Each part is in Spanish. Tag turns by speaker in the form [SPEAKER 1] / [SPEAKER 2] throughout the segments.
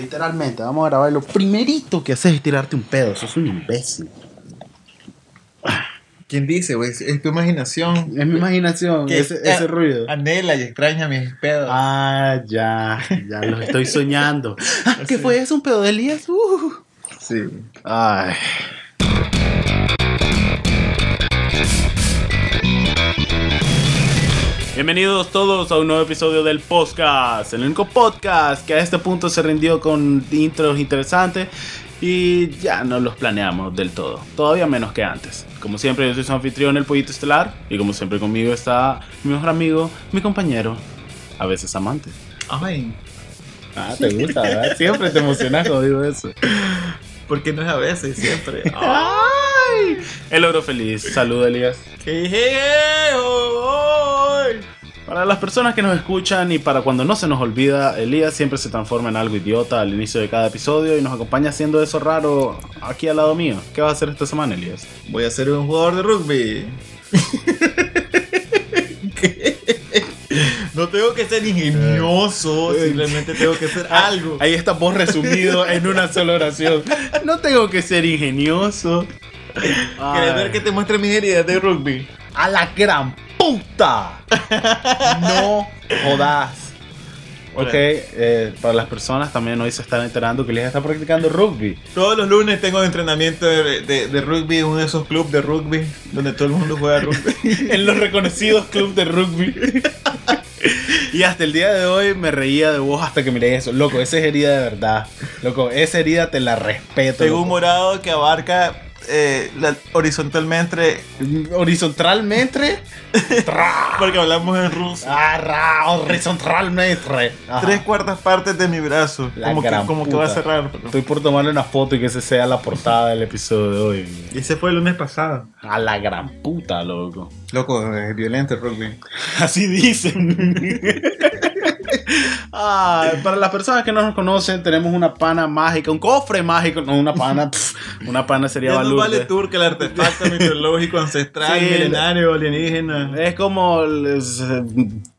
[SPEAKER 1] Literalmente, vamos a grabar. Lo primerito que haces es tirarte un pedo. Sos un imbécil.
[SPEAKER 2] ¿Quién dice, güey? Es tu imaginación.
[SPEAKER 1] Es mi imaginación,
[SPEAKER 2] Que-
[SPEAKER 1] ese, ese
[SPEAKER 2] eh,
[SPEAKER 1] ruido.
[SPEAKER 2] Anhela y extraña mis pedos.
[SPEAKER 1] Ah, ya, ya los estoy soñando. Ah, ¿Qué fue eso? ¿Un pedo de Elías? Uh.
[SPEAKER 2] Sí.
[SPEAKER 1] Ay. Bienvenidos todos a un nuevo episodio del podcast, el único podcast que a este punto se rindió con intros interesantes y ya no los planeamos del todo, todavía menos que antes. Como siempre, yo soy su anfitrión, el Pollito Estelar, y como siempre conmigo está mi mejor amigo, mi compañero, a veces amante.
[SPEAKER 2] Ay,
[SPEAKER 1] Ah, te gusta, ¿verdad? Siempre te emocionas cuando digo eso.
[SPEAKER 2] ¿por qué no es a veces? Siempre. Ah,
[SPEAKER 1] ¡Ay! El oro feliz. Saludos, Elías. Para las personas que nos escuchan y para cuando no se nos olvida, Elías siempre se transforma en algo idiota al inicio de cada episodio y nos acompaña haciendo eso raro aquí al lado mío. ¿Qué vas a hacer esta semana, Elías?
[SPEAKER 2] Voy a ser un jugador de rugby. ¿Qué? No tengo que ser ingenioso, simplemente tengo que ser algo.
[SPEAKER 1] Ahí está vos resumido en una sola oración. No tengo que ser ingenioso.
[SPEAKER 2] ¿Quieres ver que te muestre mis heridas de rugby?
[SPEAKER 1] ¡A la gran puta! No jodas.
[SPEAKER 2] Hola.
[SPEAKER 1] Ok, eh, para las personas también hoy se están enterando que Elías está practicando rugby.
[SPEAKER 2] Todos los lunes tengo entrenamiento de, de- de rugby en uno de esos clubes de rugby donde todo el mundo juega rugby.
[SPEAKER 1] en los reconocidos clubes de rugby. Y hasta el día de hoy me reía de vos hasta que miré eso. Loco, esa es herida de verdad. Loco, esa herida te la respeto.
[SPEAKER 2] Tengo un
[SPEAKER 1] loco.
[SPEAKER 2] morado que abarca eh, la- horizontalmente
[SPEAKER 1] Horizontalmente. tra,
[SPEAKER 2] porque hablamos en ruso.
[SPEAKER 1] arra, horizontalmente. Ajá.
[SPEAKER 2] Tres cuartas partes de mi brazo.
[SPEAKER 1] La
[SPEAKER 2] como que,
[SPEAKER 1] gran
[SPEAKER 2] como que va a
[SPEAKER 1] puta.
[SPEAKER 2] cerrar. pero-
[SPEAKER 1] Estoy por tomarle una foto y que esa sea la portada del episodio de hoy.
[SPEAKER 2] Y ese fue el lunes pasado.
[SPEAKER 1] A la gran puta, loco.
[SPEAKER 2] Loco, es violento el rugby.
[SPEAKER 1] Así dicen. Ah, para las personas que no nos conocen, tenemos una pana mágica, un cofre mágico, no una pana, pf, una pana sería
[SPEAKER 2] Ya no
[SPEAKER 1] Balurde.
[SPEAKER 2] vale Tour que el artefacto mitológico ancestral,
[SPEAKER 1] Sí,
[SPEAKER 2] milenario, alienígena.
[SPEAKER 1] Es como el es, eh,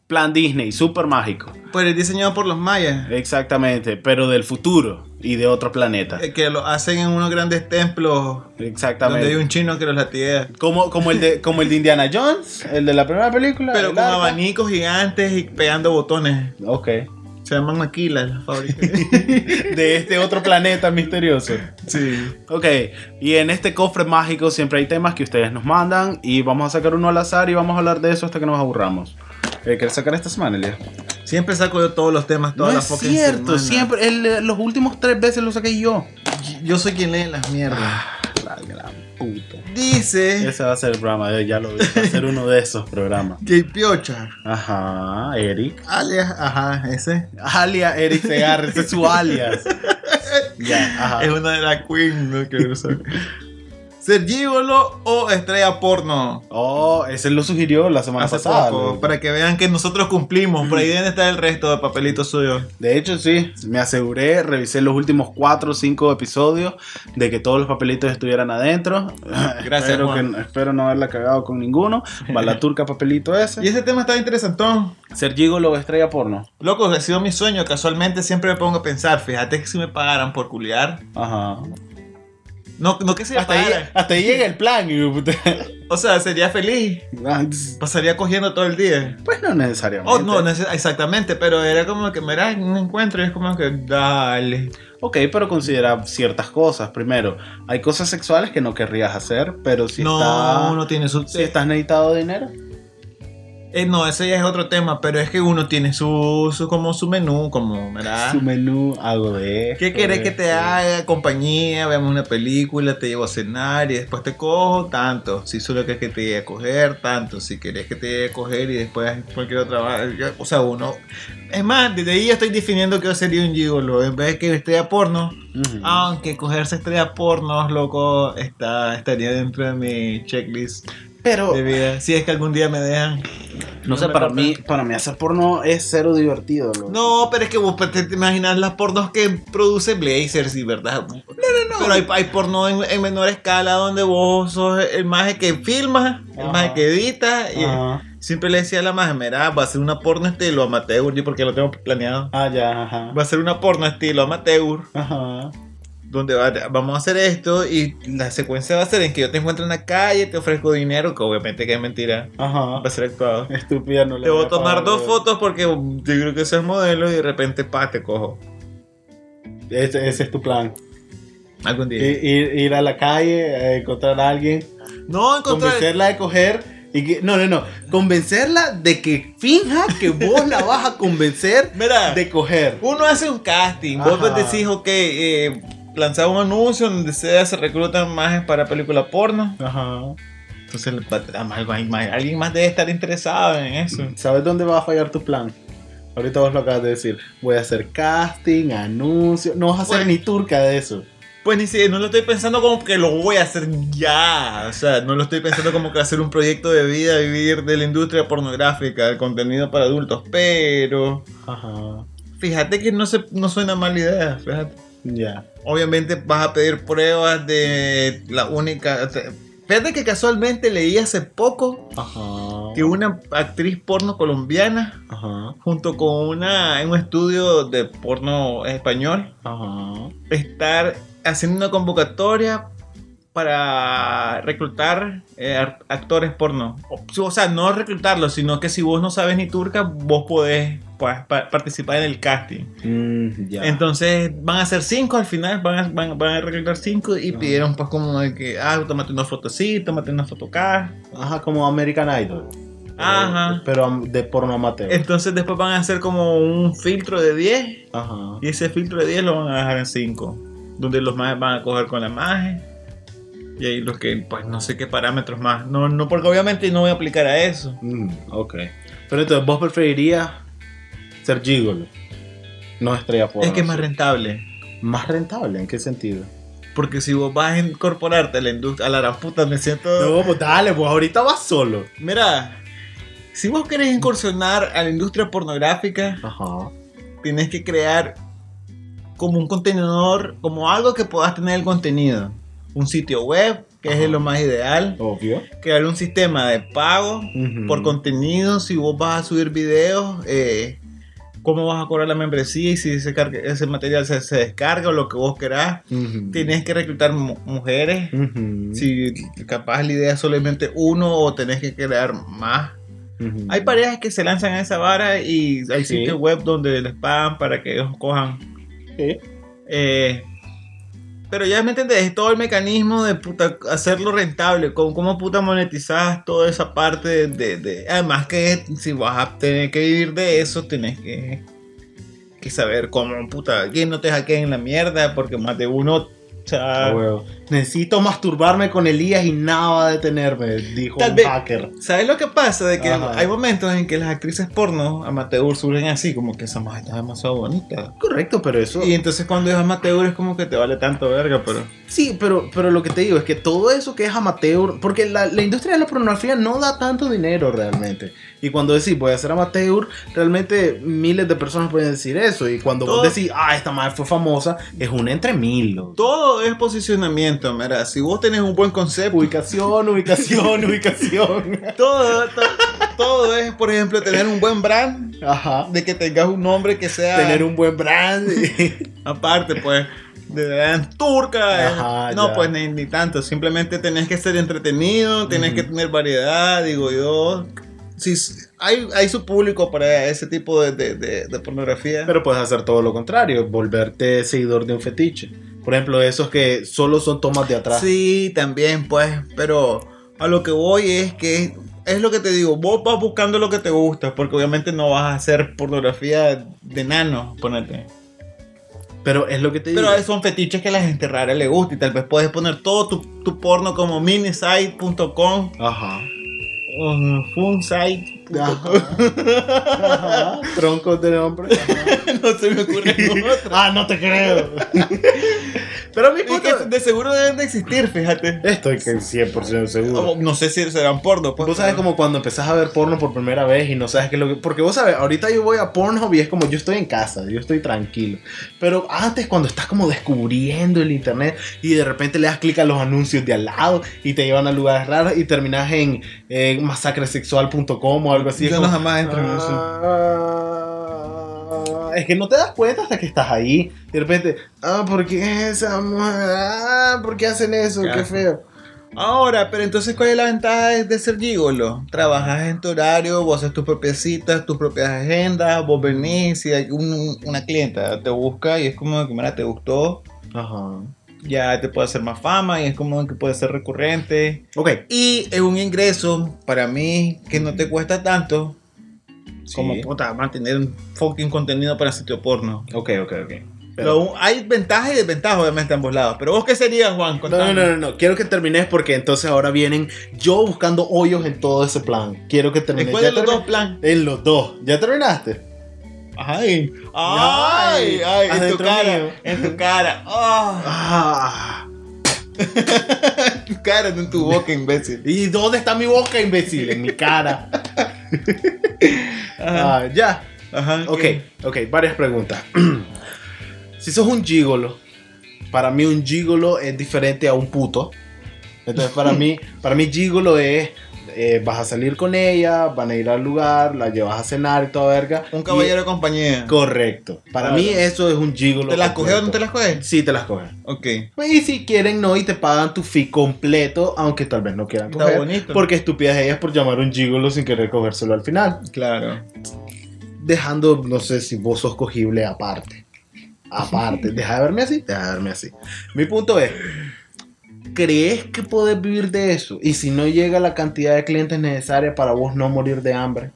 [SPEAKER 1] plan Disney, súper mágico.
[SPEAKER 2] Pues es diseñado por los mayas.
[SPEAKER 1] Exactamente, pero del futuro y de otro planeta.
[SPEAKER 2] eh, Que lo hacen en unos grandes templos donde hay
[SPEAKER 1] Exactamente.
[SPEAKER 2] un chino que los latiguea.
[SPEAKER 1] Como, como, el de, como el de Indiana Jones, el de la primera película.
[SPEAKER 2] Pero
[SPEAKER 1] el
[SPEAKER 2] con
[SPEAKER 1] arca.
[SPEAKER 2] abanicos gigantes y pegando botones.
[SPEAKER 1] Ok.
[SPEAKER 2] Se llaman maquilas las fábricas.
[SPEAKER 1] De este otro planeta misterioso.
[SPEAKER 2] sí.
[SPEAKER 1] Ok, y en este cofre mágico siempre hay temas que ustedes nos mandan y vamos a sacar uno al azar y vamos a hablar de eso hasta que nos aburramos. Eh, ¿Quieres sacar esta semana, Elías?
[SPEAKER 2] Siempre saco yo todos los temas,
[SPEAKER 1] No
[SPEAKER 2] todas
[SPEAKER 1] es
[SPEAKER 2] las fucking
[SPEAKER 1] cierto,
[SPEAKER 2] semanas.
[SPEAKER 1] siempre, el- eh, los últimos tres veces lo saqué yo.
[SPEAKER 2] Yo soy quien lee las mierdas.
[SPEAKER 1] La gran puta.
[SPEAKER 2] Dice
[SPEAKER 1] Ese va a ser el programa, eh, ya lo vi, va a ser uno de esos programas.
[SPEAKER 2] que Piocha.
[SPEAKER 1] Ajá, Eric.
[SPEAKER 2] Alias, ajá, ese.
[SPEAKER 1] Alias Eric Segarra, ese es su alias. Ya, ajá.
[SPEAKER 2] Es una de las queen, no quiero saber. Ser gigolo o estrella porno.
[SPEAKER 1] Oh, ese lo sugirió la semana
[SPEAKER 2] Hace
[SPEAKER 1] pasada.
[SPEAKER 2] poco,
[SPEAKER 1] ¿no?
[SPEAKER 2] para que vean que nosotros cumplimos. Por ahí deben estar el resto de papelitos suyos.
[SPEAKER 1] De hecho, sí, me aseguré, revisé los últimos 4 o 5 episodios de que todos los papelitos estuvieran adentro.
[SPEAKER 2] Gracias,
[SPEAKER 1] espero,
[SPEAKER 2] Juan.
[SPEAKER 1] que- espero no haberla cagado con ninguno. Va la turca papelito
[SPEAKER 2] Y
[SPEAKER 1] ese.
[SPEAKER 2] ese tema estaba interesantón.
[SPEAKER 1] Ser gigolo o estrella porno.
[SPEAKER 2] Loco, ha sido mi sueño. Casualmente siempre me pongo a pensar. Fíjate que si me pagaran por culiar.
[SPEAKER 1] Ajá.
[SPEAKER 2] No, no que se
[SPEAKER 1] Hasta ahí,
[SPEAKER 2] pagaran.
[SPEAKER 1] hasta ahí llega el plan. y- puta.
[SPEAKER 2] O sea, sería feliz. Pasaría cogiendo todo el día.
[SPEAKER 1] Pues no necesariamente.
[SPEAKER 2] Oh, no, no es- exactamente, pero era como que me era un encuentro y es como que dale.
[SPEAKER 1] Ok, pero considera ciertas cosas. Primero, hay cosas sexuales que no querrías hacer, pero si,
[SPEAKER 2] no,
[SPEAKER 1] está-
[SPEAKER 2] uno tiene su.
[SPEAKER 1] si estás necesitado de dinero.
[SPEAKER 2] Eh, no, ese ya es otro tema, pero es que uno tiene su, su como su menú, como, ¿verdad?
[SPEAKER 1] Su menú, hago de
[SPEAKER 2] Ah. ¿Qué
[SPEAKER 1] esto,
[SPEAKER 2] querés
[SPEAKER 1] de
[SPEAKER 2] que te
[SPEAKER 1] esto.
[SPEAKER 2] haga? Compañía, veamos una película, te llevo a cenar y después te cojo, tanto. Si solo querés que te llegue a coger, tanto. Si querés que te llegue a coger y después cualquier otra. va- yo- O sea, uno. Es más, desde ahí ya estoy definiendo que yo sería un gigolo. En vez de que esté a porno,
[SPEAKER 1] Ujú.
[SPEAKER 2] Aunque cogerse estrella pornos, loco, está, estaría dentro de mi checklist
[SPEAKER 1] Pero
[SPEAKER 2] de vida. Si es que algún día me dejan.
[SPEAKER 1] No sé,
[SPEAKER 2] me
[SPEAKER 1] para
[SPEAKER 2] cortan.
[SPEAKER 1] mí, para mí hacer porno es cero divertido, loco.
[SPEAKER 2] No, pero es que vos pues, te, te imaginas las pornos que produce Blazers, y verdad. No, no, no. Pero hay, hay porno en, en menor escala donde vos sos el maje que filma, el
[SPEAKER 1] Ajá.
[SPEAKER 2] maje que edita. Y
[SPEAKER 1] Ajá.
[SPEAKER 2] Siempre le decía a la maje, mira, va a ser una porno estilo amateur, yo porque lo tengo planeado.
[SPEAKER 1] Ah, ya, ajá.
[SPEAKER 2] Va a ser una porno estilo amateur,
[SPEAKER 1] Ajá.
[SPEAKER 2] donde va- vamos a hacer esto y la secuencia va a ser en que yo te encuentro en la calle, te ofrezco dinero, que obviamente que es mentira,
[SPEAKER 1] Ajá.
[SPEAKER 2] va a ser actuado.
[SPEAKER 1] Estúpida, no le
[SPEAKER 2] Te voy a
[SPEAKER 1] pagar,
[SPEAKER 2] tomar dos
[SPEAKER 1] güey.
[SPEAKER 2] fotos porque yo creo que soy modelo y de repente, pa, te cojo.
[SPEAKER 1] Ese, ese es tu plan.
[SPEAKER 2] Algún
[SPEAKER 1] I-
[SPEAKER 2] día.
[SPEAKER 1] Ir, ir a la calle, a encontrar a alguien,
[SPEAKER 2] no, encontrar...
[SPEAKER 1] convencerla de coger. Y que, no, no, no. Convencerla de que finja que vos la vas a convencer
[SPEAKER 2] Mira,
[SPEAKER 1] de coger.
[SPEAKER 2] uno hace un casting, vos
[SPEAKER 1] Ajá.
[SPEAKER 2] decís, ok, eh, lanzar un anuncio donde se, se reclutan más para película porno.
[SPEAKER 1] Ajá.
[SPEAKER 2] Entonces, además, algo- hay- hay- alguien más debe estar interesado en eso.
[SPEAKER 1] ¿Sabes dónde va a fallar tu plan? Ahorita vos lo acabas de decir. Voy a hacer casting, anuncios. No vas a hacer
[SPEAKER 2] Bueno.
[SPEAKER 1] ni turca de eso.
[SPEAKER 2] Pues ni si no lo estoy pensando como que lo voy a hacer ya. O sea, no lo estoy pensando como que hacer un proyecto de vida, vivir de la industria pornográfica, del contenido para adultos. Pero
[SPEAKER 1] Ajá.
[SPEAKER 2] fíjate que no, se, no suena mala idea. Fíjate.
[SPEAKER 1] Ya.
[SPEAKER 2] Obviamente vas a pedir pruebas de la única. o sea, Fíjate que casualmente leí hace poco
[SPEAKER 1] Ajá.
[SPEAKER 2] que una actriz porno colombiana
[SPEAKER 1] Ajá.
[SPEAKER 2] junto con una en un estudio de porno español
[SPEAKER 1] Ajá.
[SPEAKER 2] estar haciendo una convocatoria para reclutar eh, ar- actores porno. O, o sea, no reclutarlos, sino que si vos no sabes ni turca, vos podés pues, pa- participar en el casting.
[SPEAKER 1] Mm, ya.
[SPEAKER 2] Entonces van a ser cinco al final, van a, van, van a reclutar cinco y
[SPEAKER 1] Ajá.
[SPEAKER 2] pidieron pues como de que, ah, tómate una foto así, tómate una foto acá.
[SPEAKER 1] Ajá, como American Idol. Eh,
[SPEAKER 2] Ajá.
[SPEAKER 1] Pero am- de porno amateur.
[SPEAKER 2] Entonces después van a hacer como un filtro de 10
[SPEAKER 1] Ajá.
[SPEAKER 2] Y ese filtro de 10 lo van a dejar en 5. Donde los más van a coger con la magia. Y ahí los que, pues no sé qué parámetros más. No, no, porque obviamente no voy a aplicar a eso.
[SPEAKER 1] Mm, ok. Pero entonces, ¿vos preferirías ser gigolo? No estrella porno.
[SPEAKER 2] es que es más
[SPEAKER 1] sí.
[SPEAKER 2] rentable.
[SPEAKER 1] Más rentable. ¿En qué sentido?
[SPEAKER 2] Porque si vos vas a incorporarte a la industria, a la gran puta, me siento.
[SPEAKER 1] No, pues dale, pues ahorita vas solo.
[SPEAKER 2] Mira, si vos querés incursionar a la industria pornográfica,
[SPEAKER 1] Ajá.
[SPEAKER 2] tienes que crear como un contenedor, como algo que puedas tener el contenido. Un sitio web, que
[SPEAKER 1] Ajá.
[SPEAKER 2] es lo más ideal.
[SPEAKER 1] Obvio.
[SPEAKER 2] Crear un sistema de pago.
[SPEAKER 1] Ujú.
[SPEAKER 2] por contenido, si vos vas a subir videos, eh, cómo vas a cobrar la membresía y si ese, carga- ese material se, se descarga o lo que vos querás.
[SPEAKER 1] Ujú.
[SPEAKER 2] Tenés que reclutar mu- mujeres.
[SPEAKER 1] Ujú.
[SPEAKER 2] Si capaz la idea es solamente uno o tenés que crear más.
[SPEAKER 1] Ujú.
[SPEAKER 2] Hay parejas que se lanzan a esa vara y hay
[SPEAKER 1] Sí.
[SPEAKER 2] sitios web donde les pagan para que ellos cojan
[SPEAKER 1] Sí.
[SPEAKER 2] eh, pero ya me entendés, todo el mecanismo de puta, hacerlo rentable, con cómo puta monetizas toda esa parte de, de- de- Además que si vas a tener que vivir de eso, tenés que, que saber cómo puta, que no te hackeen la mierda, porque más de uno... o sea,
[SPEAKER 1] Ah, huevo. Necesito masturbarme con Elías y nada va a detenerme, dijo
[SPEAKER 2] Tal
[SPEAKER 1] un
[SPEAKER 2] vez-
[SPEAKER 1] hacker.
[SPEAKER 2] ¿Sabes lo que pasa? De que
[SPEAKER 1] Ajá.
[SPEAKER 2] hay momentos en que las actrices porno amateur surgen así, como que esa maja está demasiado bonita.
[SPEAKER 1] Correcto, pero eso.
[SPEAKER 2] Y entonces cuando es amateur es como que te vale tanto verga, pero...
[SPEAKER 1] Sí, pero, pero lo que te digo es que todo eso que es amateur, porque la, la industria de la pornografía no da tanto dinero realmente. Y cuando decís voy a ser amateur, realmente miles de personas pueden decir eso. Y cuando
[SPEAKER 2] Todo-
[SPEAKER 1] vos decís, ah, esta madre fue famosa, es una entre mil. loco.
[SPEAKER 2] Todo es posicionamiento, mira. Si vos tenés un buen concepto,
[SPEAKER 1] Ubicación, ubicación, ubicación.
[SPEAKER 2] todo, to- todo es, por ejemplo, tener un buen brand,
[SPEAKER 1] Ajá.
[SPEAKER 2] de que tengas un nombre que sea
[SPEAKER 1] Tener un buen brand.
[SPEAKER 2] aparte, pues, de brand turca.
[SPEAKER 1] Ajá,
[SPEAKER 2] eh. no,
[SPEAKER 1] ya.
[SPEAKER 2] pues ni, ni tanto. Simplemente tenés que ser entretenido, tenés que
[SPEAKER 1] Ujú.
[SPEAKER 2] tener variedad, digo yo. Si s- hay, hay su público para ese tipo de, de- de- de pornografía.
[SPEAKER 1] Pero puedes hacer todo lo contrario, volverte seguidor de un fetiche. Por ejemplo, esos que solo son tomas de atrás.
[SPEAKER 2] Sí, también, pues, pero a lo que voy es que es lo que te digo, vos vas buscando lo que te gusta, porque obviamente no vas a hacer pornografía de nano, ponete.
[SPEAKER 1] Pero es lo que te digo.
[SPEAKER 2] Pero son fetiches que a la gente rara le gusta y tal vez puedes poner todo tu, tu porno como minisite.com
[SPEAKER 1] Ajá.
[SPEAKER 2] o funsite.com.
[SPEAKER 1] Ajá. Troncos de hombre.
[SPEAKER 2] No se me ocurre ningún otro.
[SPEAKER 1] Ah, no te creo.
[SPEAKER 3] Pero mi
[SPEAKER 2] Y
[SPEAKER 3] punto.
[SPEAKER 2] que de seguro deben de existir, fíjate.
[SPEAKER 1] Estoy que 100% seguro.
[SPEAKER 2] O No sé si serán porno, pues.
[SPEAKER 1] Vos sabes como cuando empezás a ver porno por primera vez y no sabes qué es lo que... Porque vos sabes, ahorita yo voy a Pornhub y es como yo estoy en casa, yo estoy tranquilo. Pero antes cuando estás como descubriendo el internet y de repente le das clic a los anuncios de al lado y te llevan a lugares raros y terminas en eh, masacresexual.com o algo así. es
[SPEAKER 2] Yo
[SPEAKER 1] como,
[SPEAKER 2] no jamás entro en eso.
[SPEAKER 1] Ah, Es que no te das cuenta hasta que estás ahí. Y de repente, ah, ¿por qué esa mujer? Ah, ¿por qué hacen eso?
[SPEAKER 2] Qué
[SPEAKER 1] Qué
[SPEAKER 2] asco.
[SPEAKER 1] feo.
[SPEAKER 2] Ahora, pero entonces, ¿cuál es la ventaja de, de ser gigolo? Trabajas en tu horario, vos haces tus propias citas, tus propias agendas, vos venís y hay un- una clienta te busca y es como que, mira, te gustó,
[SPEAKER 1] Ajá.
[SPEAKER 2] ya te puede hacer más fama y es como que puede ser recurrente.
[SPEAKER 1] Ok.
[SPEAKER 2] Y es un ingreso para mí que no te cuesta tanto como
[SPEAKER 1] Sí.
[SPEAKER 2] puta, mantener un fucking contenido para sitio porno.
[SPEAKER 1] Ok, ok, ok.
[SPEAKER 2] Pero aún hay ventajas y desventajas, obviamente, en ambos lados. Pero vos, ¿qué serías, Juan?
[SPEAKER 1] No, no, no, no, no, quiero que termines porque entonces ahora vienen yo buscando hoyos en todo ese plan. Quiero que termines.
[SPEAKER 2] ¿Cuál
[SPEAKER 1] Ya
[SPEAKER 2] de los
[SPEAKER 1] termi-
[SPEAKER 2] dos plan?
[SPEAKER 1] En los dos. ¿Ya terminaste?
[SPEAKER 2] Ay, ay, ay, en tu
[SPEAKER 1] adentro
[SPEAKER 2] cara,
[SPEAKER 1] mío.
[SPEAKER 2] en tu cara, ah,
[SPEAKER 1] Ah,
[SPEAKER 2] en tu cara, no en tu boca, imbécil.
[SPEAKER 1] ¿Y dónde está mi boca, imbécil? En mi cara.
[SPEAKER 2] Ajá,
[SPEAKER 1] Ah, ya.
[SPEAKER 2] ajá.
[SPEAKER 1] Ok,
[SPEAKER 2] ¿qué?
[SPEAKER 1] ok, varias preguntas. si sos un gigolo, para mí un gigolo es diferente a un puto. Entonces para mí, para mí gigolo es eh, vas a salir con ella, van a ir al lugar, la llevas a cenar y toda verga.
[SPEAKER 2] Un
[SPEAKER 1] Y-
[SPEAKER 2] caballero de compañía.
[SPEAKER 1] correcto. Para
[SPEAKER 2] Claro.
[SPEAKER 1] mí eso es un gigolo.
[SPEAKER 2] ¿Te las coges o no te
[SPEAKER 1] completo.
[SPEAKER 2] las coges?
[SPEAKER 1] Sí, te las cogen.
[SPEAKER 2] Ok.
[SPEAKER 1] Y si quieren no y te pagan tu fee completo, aunque tal vez no quieran
[SPEAKER 2] Está
[SPEAKER 1] coger.
[SPEAKER 2] bonito.
[SPEAKER 1] Porque estúpidas ellas por llamar un gigolo sin querer cogérselo al final
[SPEAKER 2] Claro.
[SPEAKER 1] dejando, no sé si vos sos cogible aparte. Aparte, deja de verme así, deja de verme así. Mi punto es, ¿crees que podés vivir de eso? Y si no llega la cantidad de clientes necesaria para vos no morir de hambre,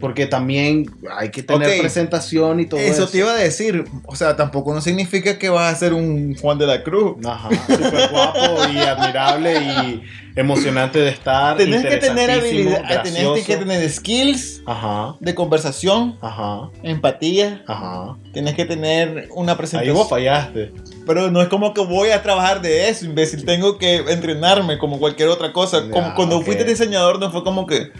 [SPEAKER 1] porque también hay que tener
[SPEAKER 2] Ok.
[SPEAKER 1] presentación y todo eso.
[SPEAKER 2] Eso te iba a decir. O sea, tampoco no significa que vas a ser un Juan de la Cruz.
[SPEAKER 1] Ajá, súper guapo y admirable y emocionante de estar.
[SPEAKER 2] Tenés que tener
[SPEAKER 1] interesantísimo,
[SPEAKER 2] habilidad, tenés que
[SPEAKER 1] gracioso.
[SPEAKER 2] tener skills
[SPEAKER 1] Ajá,
[SPEAKER 2] de conversación,
[SPEAKER 1] ajá,
[SPEAKER 2] empatía,
[SPEAKER 1] ajá.
[SPEAKER 2] tenés que tener una
[SPEAKER 1] Ahí vos
[SPEAKER 2] presentación.
[SPEAKER 1] fallaste.
[SPEAKER 2] Pero no es como que voy a trabajar de eso, imbécil. Tengo que entrenarme como cualquier otra cosa. Como
[SPEAKER 1] Ah,
[SPEAKER 2] cuando
[SPEAKER 1] ok.
[SPEAKER 2] fuiste diseñador no fue como que,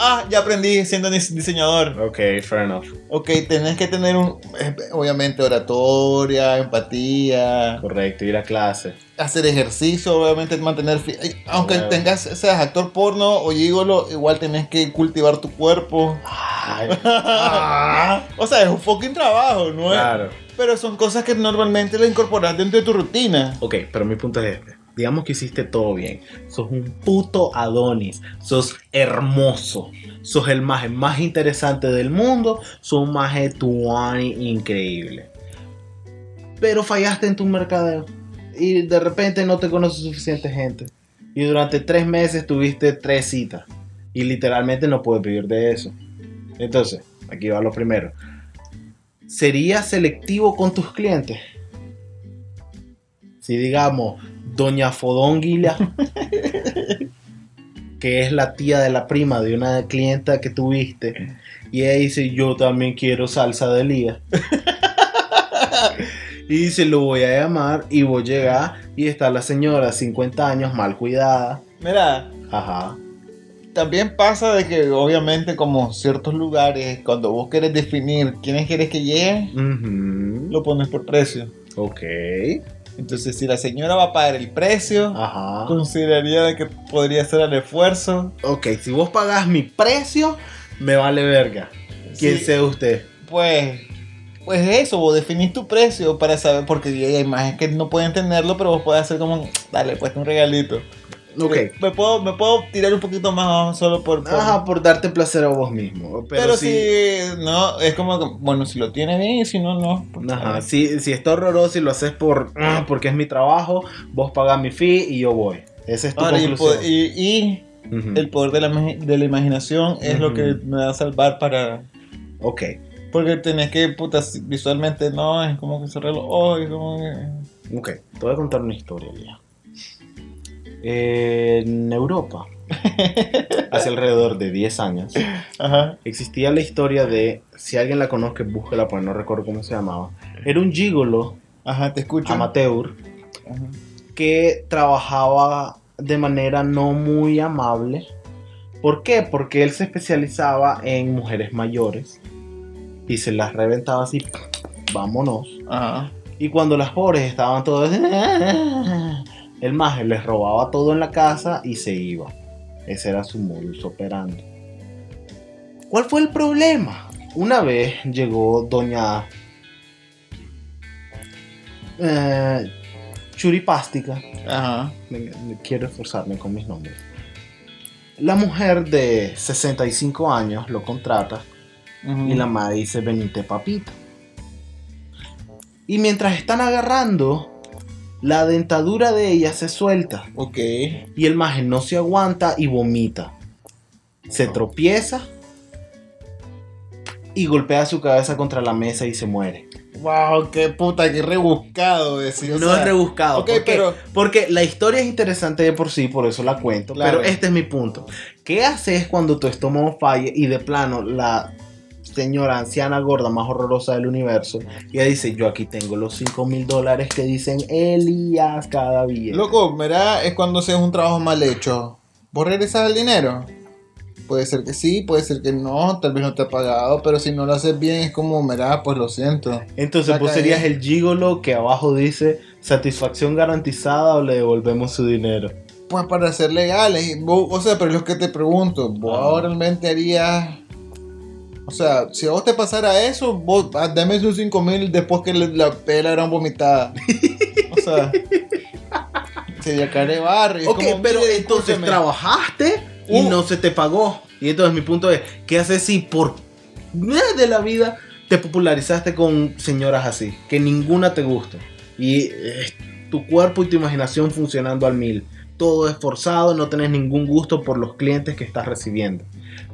[SPEAKER 2] ah, ya aprendí siendo dis- diseñador.
[SPEAKER 1] Ok, fair enough.
[SPEAKER 2] Ok, tenés que tener un, eh, obviamente oratoria, empatía,
[SPEAKER 1] Correcto, ir a clase.
[SPEAKER 2] hacer ejercicio, obviamente mantener... fi- eh, Aunque
[SPEAKER 1] Claro.
[SPEAKER 2] tengas, seas actor porno o gigolo, igual tenés que cultivar tu cuerpo. Ah,
[SPEAKER 1] Ay,
[SPEAKER 2] O sea, es un fucking trabajo, ¿no? es?
[SPEAKER 1] claro.
[SPEAKER 2] Pero son cosas que normalmente le incorporas dentro de tu rutina.
[SPEAKER 1] Ok, pero mi punto es este. Digamos que hiciste todo bien. Sos un puto Adonis. Sos hermoso. Sos el maje más interesante del mundo. Sos un maje tuani increíble. Pero fallaste en tu mercadeo. Y de repente no te conoce suficiente gente. Y durante tres meses tuviste tres citas. Y literalmente no puedes vivir de eso. Entonces, aquí va lo primero. ¿Serías selectivo con tus clientes? si digamos Doña Fodonguila, que es la tía de la prima de una clienta que tuviste, y ella dice, yo también quiero salsa de lía. y se lo voy a llamar y voy a llegar y está la señora 50 años mal cuidada.
[SPEAKER 2] Mira,
[SPEAKER 1] Ajá.
[SPEAKER 2] también pasa de que obviamente como ciertos lugares, cuando vos querés definir quiénes querés que lleguen,
[SPEAKER 1] Ujú.
[SPEAKER 2] lo pones por precio.
[SPEAKER 1] Ok.
[SPEAKER 2] Entonces, si la señora va a pagar el precio,
[SPEAKER 1] Ajá.
[SPEAKER 2] consideraría de que podría ser el esfuerzo.
[SPEAKER 1] Ok, si vos pagás mi precio, me vale verga. Quien
[SPEAKER 2] Sí,
[SPEAKER 1] sea usted.
[SPEAKER 2] Pues, pues eso, vos definís tu precio para saber, porque hay imágenes que no pueden tenerlo, pero vos podés hacer como, dale, pues un regalito.
[SPEAKER 1] Ok.
[SPEAKER 2] Me puedo, me puedo tirar un poquito más abajo solo por... por-
[SPEAKER 1] Ajá, por darte placer a vos mismo. Pero,
[SPEAKER 2] pero si...
[SPEAKER 1] si,
[SPEAKER 2] no, es como, que, bueno, si lo tiene bien y si no, no. pues,
[SPEAKER 1] ajá, si, si está horroroso y lo haces por ah, porque es mi trabajo, vos pagás mi fee y yo voy. Esa es tu
[SPEAKER 2] Ahora, y, el
[SPEAKER 1] conclusión.
[SPEAKER 2] poder, y- y
[SPEAKER 1] Ujú.
[SPEAKER 2] el poder de la, imagi- de la imaginación es lo que
[SPEAKER 1] Ujú.
[SPEAKER 2] me va a salvar para...
[SPEAKER 1] Ok.
[SPEAKER 2] Porque tenés que, puta, si- visualmente no, es como que cerrar los ojos, es como que...
[SPEAKER 1] Ok, te voy a contar una historia, Lía. Eh, en Europa, hace alrededor de 10 años,
[SPEAKER 2] Ajá.
[SPEAKER 1] existía la historia de, si alguien la conoce, búsquela, porque no recuerdo cómo se llamaba. Era un gigolo
[SPEAKER 2] Ajá, te escucho.
[SPEAKER 1] amateur
[SPEAKER 2] Ujú.
[SPEAKER 1] que trabajaba de manera no muy amable. ¿Por qué? Porque él se especializaba en mujeres mayores y se las reventaba así, vámonos.
[SPEAKER 2] Ajá.
[SPEAKER 1] Y cuando las pobres estaban todas, el maje les robaba todo en la casa y se iba. Ese era su modus operandi. ¿Cuál fue el problema? Una vez llegó doña eh, Churipástica
[SPEAKER 2] Ajá.
[SPEAKER 1] me- me- quiero esforzarme con mis nombres. La mujer de 65 años lo contrata
[SPEAKER 2] Ujú.
[SPEAKER 1] y la madre dice, venite papito. Y mientras están agarrando, la dentadura de ella se suelta
[SPEAKER 2] Ok.
[SPEAKER 1] y el maje no se aguanta y vomita. Se
[SPEAKER 2] Oh.
[SPEAKER 1] tropieza y golpea su cabeza contra la mesa y se muere.
[SPEAKER 2] Wow, qué puta, qué rebuscado decir. o
[SPEAKER 1] no
[SPEAKER 2] sea,
[SPEAKER 1] es rebuscado.
[SPEAKER 2] Ok,
[SPEAKER 1] ¿por qué?
[SPEAKER 2] pero.
[SPEAKER 1] Porque la historia es interesante de por sí, por eso la cuento.
[SPEAKER 2] Claro.
[SPEAKER 1] Pero este es mi punto. ¿Qué haces cuando tu estómago falle y de plano la señora anciana gorda más horrorosa del universo y ella dice, yo aquí tengo los 5 mil dólares que dicen Elías cada billete?
[SPEAKER 2] Loco, ¿verdad? Es cuando se hace un trabajo mal hecho. ¿Vos regresas el dinero? Puede ser que sí, puede ser que no, tal vez no te ha pagado, pero si no lo haces bien es como, mirá, pues lo siento.
[SPEAKER 1] Entonces vos
[SPEAKER 2] Saca
[SPEAKER 1] serías
[SPEAKER 2] ahí.
[SPEAKER 1] el gigolo que abajo dice satisfacción garantizada o le devolvemos su dinero.
[SPEAKER 2] Pues para ser legales, y vos- o sea, pero es lo que te pregunto, ¿vos
[SPEAKER 1] Ah.
[SPEAKER 2] realmente harías... O sea, si a vos te pasara eso, vos ah, dame sus 5 mil después que le- la pela era vomitada. O sea, sería care barrio. es
[SPEAKER 1] Ok,
[SPEAKER 2] como,
[SPEAKER 1] pero
[SPEAKER 2] mire,
[SPEAKER 1] entonces
[SPEAKER 2] discúlpeme.
[SPEAKER 1] trabajaste y
[SPEAKER 2] Uh.
[SPEAKER 1] no se te pagó. Y entonces mi punto es, ¿qué haces si por nada de la vida te popularizaste con señoras así? Que ninguna te gusta. Y eh, tu cuerpo y tu imaginación funcionando al mil. Todo es forzado, no tenés ningún gusto por los clientes que estás recibiendo.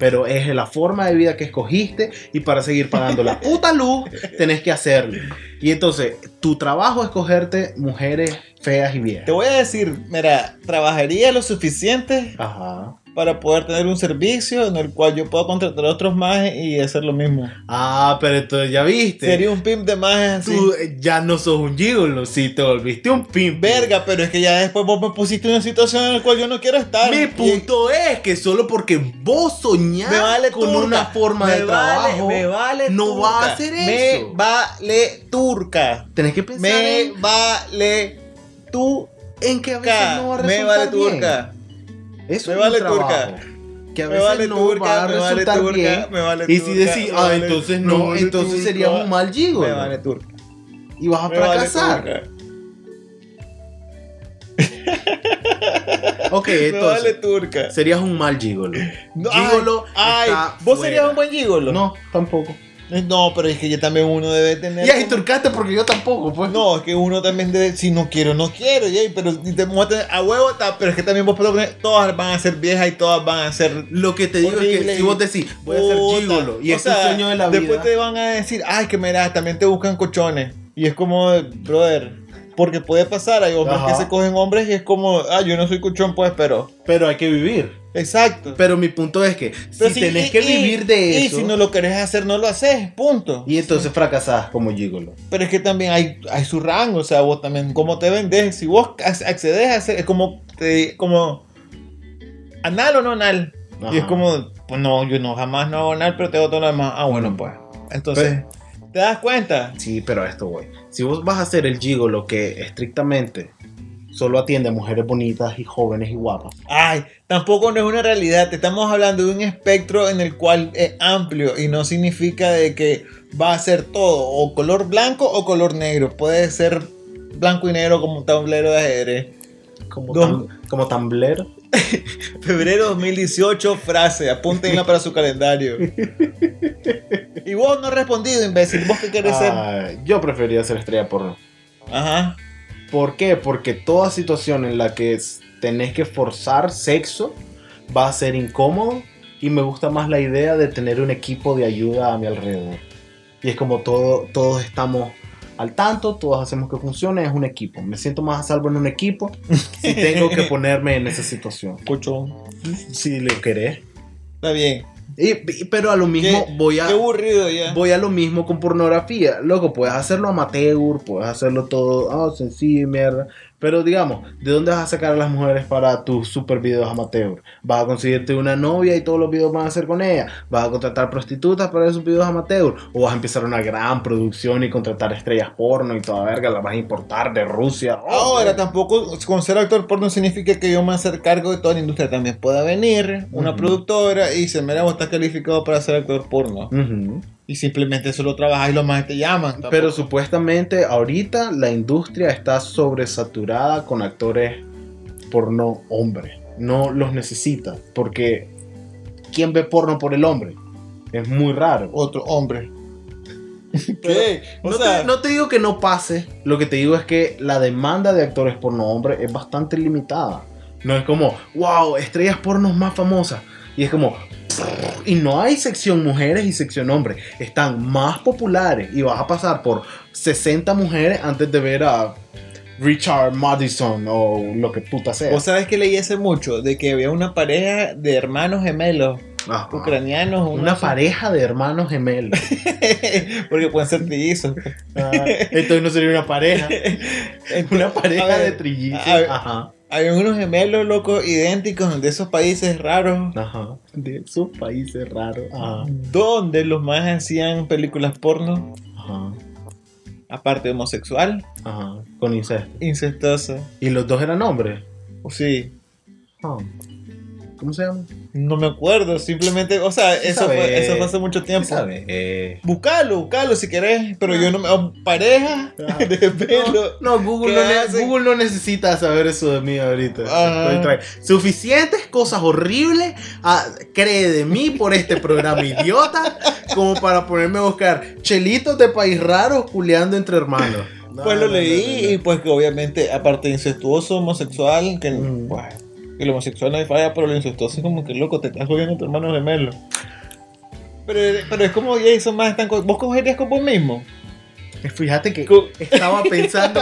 [SPEAKER 1] Pero es la forma de vida que escogiste y para seguir pagando la puta luz tenés que hacerlo. Y entonces tu trabajo es cogerte mujeres feas y
[SPEAKER 2] Te
[SPEAKER 1] viejas.
[SPEAKER 2] voy a decir, mira, trabajaría lo suficiente
[SPEAKER 1] Ajá.
[SPEAKER 2] para poder tener un servicio en el cual yo pueda contratar a otros majes y hacer lo mismo.
[SPEAKER 1] Ah, pero entonces ya viste.
[SPEAKER 2] Sería un pimp de majes así.
[SPEAKER 1] Tú eh, ya no sos un gigolo, si te volviste un pimp.
[SPEAKER 2] Verga, pero es que ya después vos me pusiste en una situación en la cual yo no quiero estar.
[SPEAKER 1] Mi
[SPEAKER 2] Y-
[SPEAKER 1] punto es que solo porque vos soñás
[SPEAKER 2] Me vale
[SPEAKER 1] con
[SPEAKER 2] turca.
[SPEAKER 1] una forma
[SPEAKER 2] me
[SPEAKER 1] de
[SPEAKER 2] vale,
[SPEAKER 1] trabajo,
[SPEAKER 2] me vale
[SPEAKER 1] no
[SPEAKER 2] turca.
[SPEAKER 1] va a hacer eso.
[SPEAKER 2] Me vale turca.
[SPEAKER 1] tenés que pensar
[SPEAKER 2] Me
[SPEAKER 1] en,
[SPEAKER 2] vale turca.
[SPEAKER 1] en que a veces no va a resultar
[SPEAKER 2] Me vale
[SPEAKER 1] bien.
[SPEAKER 2] turca.
[SPEAKER 1] Eso
[SPEAKER 2] Me
[SPEAKER 1] es un
[SPEAKER 2] vale
[SPEAKER 1] trabajo
[SPEAKER 2] turca.
[SPEAKER 1] Que a
[SPEAKER 2] Me
[SPEAKER 1] veces
[SPEAKER 2] vale
[SPEAKER 1] no va
[SPEAKER 2] turca,
[SPEAKER 1] a
[SPEAKER 2] me vale
[SPEAKER 1] resultar bien.
[SPEAKER 2] turca, me vale turca.
[SPEAKER 1] Y si decís,
[SPEAKER 2] me
[SPEAKER 1] ah,
[SPEAKER 2] vale-
[SPEAKER 1] entonces
[SPEAKER 2] me
[SPEAKER 1] no,
[SPEAKER 2] vale
[SPEAKER 1] entonces
[SPEAKER 2] turca,
[SPEAKER 1] serías un mal
[SPEAKER 2] Me
[SPEAKER 1] gigolo.
[SPEAKER 2] vale turca.
[SPEAKER 1] y vas a
[SPEAKER 2] me vale
[SPEAKER 1] fracasar.
[SPEAKER 2] turca.
[SPEAKER 1] ok,
[SPEAKER 2] Me vale
[SPEAKER 1] entonces
[SPEAKER 2] turca.
[SPEAKER 1] serías un mal gigolo.
[SPEAKER 2] No,
[SPEAKER 1] Gigolo
[SPEAKER 2] Ay,
[SPEAKER 1] está
[SPEAKER 2] vos
[SPEAKER 1] fuera.
[SPEAKER 2] serías un buen gigolo.
[SPEAKER 1] No, tampoco.
[SPEAKER 2] No, pero es que yo también uno debe tener.
[SPEAKER 1] Y ahí turcaste porque yo tampoco, pues.
[SPEAKER 2] No, es que uno también debe. Si no quiero, no quiero. Y ahí, pero si te voy a tener a huevo, ta- pero es que también vos podés poner. Todas van a ser viejas y todas van a ser.
[SPEAKER 1] Lo que te digo es que
[SPEAKER 2] Horrible
[SPEAKER 1] si
[SPEAKER 2] y-
[SPEAKER 1] vos decís, voy a ser
[SPEAKER 2] Puta.
[SPEAKER 1] gigolo y
[SPEAKER 2] O
[SPEAKER 1] es
[SPEAKER 2] sea,
[SPEAKER 1] un sueño de la
[SPEAKER 2] Después
[SPEAKER 1] vida.
[SPEAKER 2] te van a decir, ay, que mira, también te buscan cochones. Y es como, brother. Porque puede pasar, hay hombres
[SPEAKER 1] Ajá.
[SPEAKER 2] que se cogen hombres y es como, ah, yo no soy cochón, pues, pero.
[SPEAKER 1] Pero hay que vivir.
[SPEAKER 2] Exacto.
[SPEAKER 1] Pero mi punto es que
[SPEAKER 2] Pero
[SPEAKER 1] si, tenés que
[SPEAKER 2] y- y-
[SPEAKER 1] vivir de eso,
[SPEAKER 2] Y
[SPEAKER 1] y,
[SPEAKER 2] si no lo querés hacer, no lo haces, punto.
[SPEAKER 1] entonces fracasás como gigolo.
[SPEAKER 2] Pero es que también hay, hay su rango, o sea, vos también, cómo te vendes, si vos ac- accedes a hacer, es como, te, como, anal o no anal. Y es
[SPEAKER 1] Ajá.
[SPEAKER 2] como, pues no, yo no, jamás no hago anal, pero te hago todo lo demás. Ah, bueno, pues. Entonces, ¿te das cuenta?
[SPEAKER 1] Sí, pero a esto voy. Si vos vas a ser el gigolo que estrictamente solo atiende a mujeres bonitas y jóvenes y guapas.
[SPEAKER 2] Ay, tampoco no es una realidad, te estamos hablando de un espectro en el cual es amplio y no significa de que va a ser todo, o color blanco o color negro, puede ser blanco y negro como un tablero de ajedrez.
[SPEAKER 1] Como,
[SPEAKER 2] No.
[SPEAKER 1] tam- como tamblero.
[SPEAKER 2] Febrero 2018, frase, apúntenla para su calendario. Y vos no has respondido, imbécil. ¿Vos qué querés ser?
[SPEAKER 1] Ah, yo preferiría ser estrella porno.
[SPEAKER 2] Ajá.
[SPEAKER 1] ¿Por qué? Porque toda situación en la que s- tenés que forzar sexo va a ser incómodo y me gusta más la idea de tener un equipo de ayuda a mi alrededor. Y es como todo, todos estamos al tanto, todos hacemos que funcione, es un equipo. Me siento más a salvo en un equipo si tengo que ponerme en esa situación.
[SPEAKER 2] Cochón.
[SPEAKER 1] Si lo querés.
[SPEAKER 2] Está bien.
[SPEAKER 1] Y- y- pero a lo mismo
[SPEAKER 2] Qué-
[SPEAKER 1] voy a
[SPEAKER 2] Qué aburrido ya.
[SPEAKER 1] voy a lo mismo con pornografía. Loco, puedes hacerlo amateur, puedes hacerlo todo ah, sencillo, mierda. Pero digamos, ¿de dónde vas a sacar a las mujeres para tus super videos amateur? ¿Vas a conseguirte una novia y todos los videos van a hacer con ella? ¿Vas a contratar prostitutas para esos videos amateur? ¿O vas a empezar una gran producción y contratar estrellas porno y toda verga? ¿La vas a importar de Rusia? Oh,
[SPEAKER 2] Ahora, tampoco con ser actor porno significa que yo me voy a hacer cargo de toda la industria. También pueda venir una
[SPEAKER 1] Ujú.
[SPEAKER 2] productora y se mira, vos estás calificado para ser actor porno.
[SPEAKER 1] Ujú.
[SPEAKER 2] Y simplemente solo trabajas y los más te llaman. Tampoco-
[SPEAKER 1] Pero supuestamente ahorita la industria está sobresaturada con actores porno hombre. No los necesita. Porque ¿quién ve porno por el hombre? Es muy raro.
[SPEAKER 2] otro hombre. ¿Qué? O
[SPEAKER 1] No,
[SPEAKER 2] sea,
[SPEAKER 1] te, no te digo que no pase. Lo que te digo es que la demanda de actores porno hombre es bastante limitada. No es como, wow, estrellas pornos más famosas. Y es como, y no hay sección mujeres y sección hombres. Están más populares y vas a pasar por 60 mujeres antes de ver a Richard Madison o lo que puta sea.
[SPEAKER 2] Vos sabés que leí hace mucho de que había una pareja de hermanos gemelos
[SPEAKER 1] Ajá.
[SPEAKER 2] ucranianos.
[SPEAKER 1] Ah, Una
[SPEAKER 2] unos-
[SPEAKER 1] pareja de hermanos gemelos.
[SPEAKER 2] Porque pueden ser trillizos.
[SPEAKER 1] Ah, entonces no sería una pareja. Una
[SPEAKER 2] A
[SPEAKER 1] pareja
[SPEAKER 2] ver,
[SPEAKER 1] de trillizos.
[SPEAKER 2] a ver.
[SPEAKER 1] Ajá.
[SPEAKER 2] Había unos gemelos locos idénticos de esos países raros.
[SPEAKER 1] Ajá. De esos países raros. Ah. Ajá.
[SPEAKER 2] Donde los más hacían películas porno,
[SPEAKER 1] Ajá.
[SPEAKER 2] aparte homosexual,
[SPEAKER 1] Ajá. Con incesto.
[SPEAKER 2] incestuosa.
[SPEAKER 1] Y los dos eran hombres.
[SPEAKER 2] O Sí,
[SPEAKER 1] Ah. ¿Cómo se llama?
[SPEAKER 2] no me acuerdo, simplemente, o sea,
[SPEAKER 1] Sí
[SPEAKER 2] eso,
[SPEAKER 1] sabe.
[SPEAKER 2] fue, eso fue hace mucho tiempo.
[SPEAKER 1] Eh.
[SPEAKER 2] Buscalo, buscalo si querés, pero yo no me. oh, Pareja
[SPEAKER 1] Ajá.
[SPEAKER 2] de pelo.
[SPEAKER 1] No, Google no,
[SPEAKER 2] ¿Qué
[SPEAKER 1] ne-
[SPEAKER 2] hacen?
[SPEAKER 1] Google no necesita saber eso de mí ahorita.
[SPEAKER 2] Ajá.
[SPEAKER 1] Estoy tra- Suficientes cosas horribles ah, cree de mí por este programa idiota como para ponerme a buscar chelitos de país raro culeando entre hermanos. No,
[SPEAKER 2] Pues
[SPEAKER 1] no,
[SPEAKER 2] lo
[SPEAKER 1] no,
[SPEAKER 2] leí
[SPEAKER 1] no, no.
[SPEAKER 2] y pues que obviamente, aparte de incestuoso, homosexual, que
[SPEAKER 1] Mm.
[SPEAKER 2] bueno, el homosexual no hay falla, pero lo incestuoso es como que loco, te estás jodiendo a tu hermano gemelo. Pero, pero es como Jason más tan co- vos cogerías con vos mismo.
[SPEAKER 1] Fíjate que
[SPEAKER 2] Co-
[SPEAKER 1] estaba pensando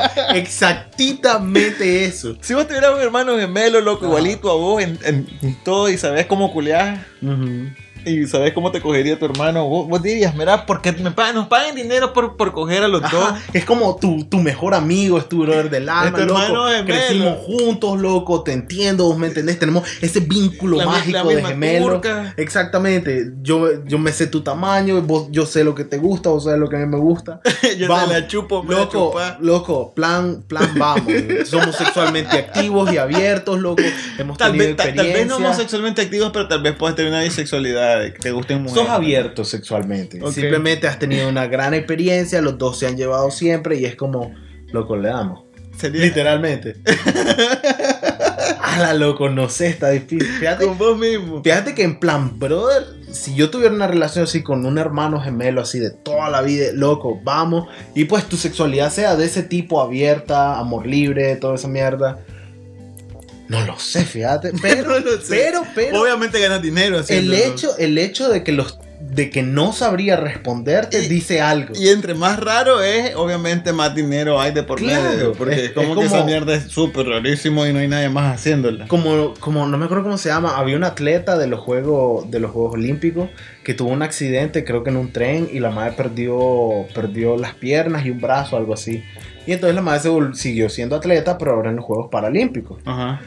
[SPEAKER 1] exactamente eso.
[SPEAKER 2] Si vos tuvieras un hermano gemelo, loco,
[SPEAKER 1] Ah.
[SPEAKER 2] igualito a vos en, en- en todo y sabés cómo culeás y sabés cómo te cogería tu hermano, vos, vos dirías, mira, porque me pagan, nos pagan dinero por, por coger a los
[SPEAKER 1] Ajá, Es como tu, tu mejor amigo, es tu brother del alma,
[SPEAKER 2] tu
[SPEAKER 1] loco.
[SPEAKER 2] Este hermano gemelo.
[SPEAKER 1] Crecimos juntos, loco, te entiendo, vos me entendés, tenemos ese vínculo
[SPEAKER 2] dos. mi-
[SPEAKER 1] mágico de
[SPEAKER 2] misma
[SPEAKER 1] gemelo.
[SPEAKER 2] turca.
[SPEAKER 1] Exactamente, yo, yo me sé tu tamaño, vos, yo sé lo que te gusta, vos sabes lo que a mí me gusta.
[SPEAKER 2] Yo
[SPEAKER 1] Vamos.
[SPEAKER 2] te la chupo, me la
[SPEAKER 1] Loco,
[SPEAKER 2] chupa.
[SPEAKER 1] loco, plan, plan, vamos. Somos sexualmente activos y abiertos, loco. Hemos
[SPEAKER 2] Tal
[SPEAKER 1] tenido
[SPEAKER 2] vez, ta- tal, vez no
[SPEAKER 1] experiencias.
[SPEAKER 2] homosexualmente activos, pero tal vez puedas tener una bisexualidad, de que te gusten mujeres.
[SPEAKER 1] Sos abierto sexualmente.
[SPEAKER 2] Ok.
[SPEAKER 1] Simplemente has tenido una gran experiencia, los dos se han llevado siempre y es como, loco, le damos.
[SPEAKER 2] Sería
[SPEAKER 1] Literalmente. Ala, loco, no sé, está difícil. Fíjate,
[SPEAKER 2] con vos mismo.
[SPEAKER 1] fíjate que en plan, brother, si yo tuviera una relación así con un hermano gemelo así de toda la vida, loco, vamos. Y pues tu sexualidad sea de ese tipo, abierta, amor libre, toda esa mierda. No lo sé, fíjate. Pero,
[SPEAKER 2] No lo sé.
[SPEAKER 1] pero, pero.
[SPEAKER 2] Obviamente ganas dinero
[SPEAKER 1] El
[SPEAKER 2] haciéndolo.
[SPEAKER 1] hecho, el hecho de que los de que no sabría responderte
[SPEAKER 2] Y-
[SPEAKER 1] dice algo.
[SPEAKER 2] Y entre más raro es, obviamente más dinero hay de por
[SPEAKER 1] Claro,
[SPEAKER 2] medio. Porque
[SPEAKER 1] es-
[SPEAKER 2] es,
[SPEAKER 1] es
[SPEAKER 2] como
[SPEAKER 1] como-
[SPEAKER 2] que esa mierda es súper rarísimo y no hay nadie más haciéndola.
[SPEAKER 1] como, como no me acuerdo cómo se llama, había un atleta de los juegos de los Juegos Olímpicos que tuvo un accidente, creo que en un tren y la madre perdió perdió las piernas y un brazo, algo así. Y entonces la madre se vol- siguió siendo atleta, pero ahora en los Juegos Paralímpicos.
[SPEAKER 2] Ajá.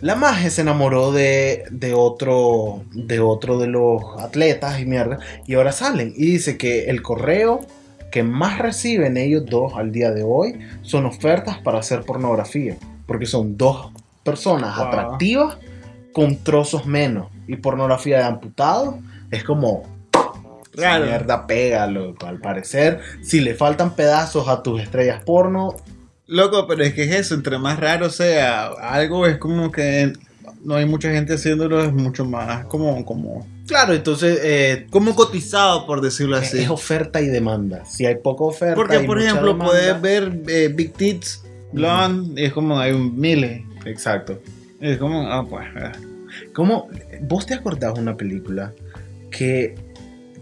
[SPEAKER 1] La maje se enamoró de, de otro de otro de los atletas y mierda. Y ahora salen. Y dice que el correo que más reciben ellos dos al día de hoy son ofertas para hacer pornografía. Porque son dos personas
[SPEAKER 2] Wow.
[SPEAKER 1] atractivas con trozos menos. Y pornografía de amputados es como
[SPEAKER 2] Claro.
[SPEAKER 1] esa mierda pégalo. Al parecer, si le faltan pedazos a tus estrellas porno,
[SPEAKER 2] Loco, pero es que es eso, entre más raro sea algo, es como que no hay mucha gente haciéndolo, es mucho más como, como,
[SPEAKER 1] claro, entonces eh,
[SPEAKER 2] como cotizado, por decirlo así.
[SPEAKER 1] Es oferta y demanda. Si hay poca oferta.
[SPEAKER 2] Porque,
[SPEAKER 1] y
[SPEAKER 2] por
[SPEAKER 1] mucha
[SPEAKER 2] ejemplo,
[SPEAKER 1] demanda-
[SPEAKER 2] puedes ver eh, Big Tits, Blonde, y es como hay un miles.
[SPEAKER 1] Exacto.
[SPEAKER 2] Es como, ah, pues. ah.
[SPEAKER 1] ¿Cómo? ¿Vos te acordás de una película que.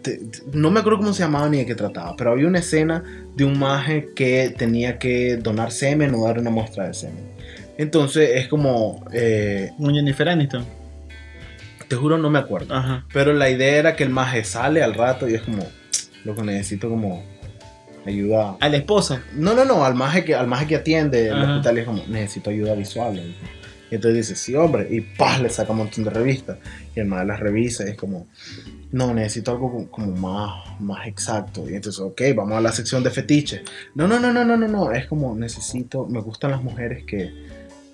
[SPEAKER 1] te- te- no me acuerdo cómo se llamaba ni de qué trataba, pero había una escena de un maje que tenía que donar semen o dar una muestra de semen. Entonces es como. eh,
[SPEAKER 2] Un Jennifer Aniston.
[SPEAKER 1] te juro no me acuerdo.
[SPEAKER 3] Ajá.
[SPEAKER 1] Pero la idea era que el maje sale al rato y es como, lo que necesito como ayuda.
[SPEAKER 4] A la esposa.
[SPEAKER 1] No, no, no, al maje que, al maje que atiende el
[SPEAKER 4] Ajá.
[SPEAKER 1] hospital y es como, necesito ayuda visual. le dijo. Y entonces dice, sí, hombre, y ¡pah! le saca un montón de revistas. Y el maje las revisa y es como, no, necesito algo como, como más, más exacto. Y entonces, ok, vamos a la sección de fetiches. No, no, no, no, no, no, no, es como, necesito, me gustan las mujeres que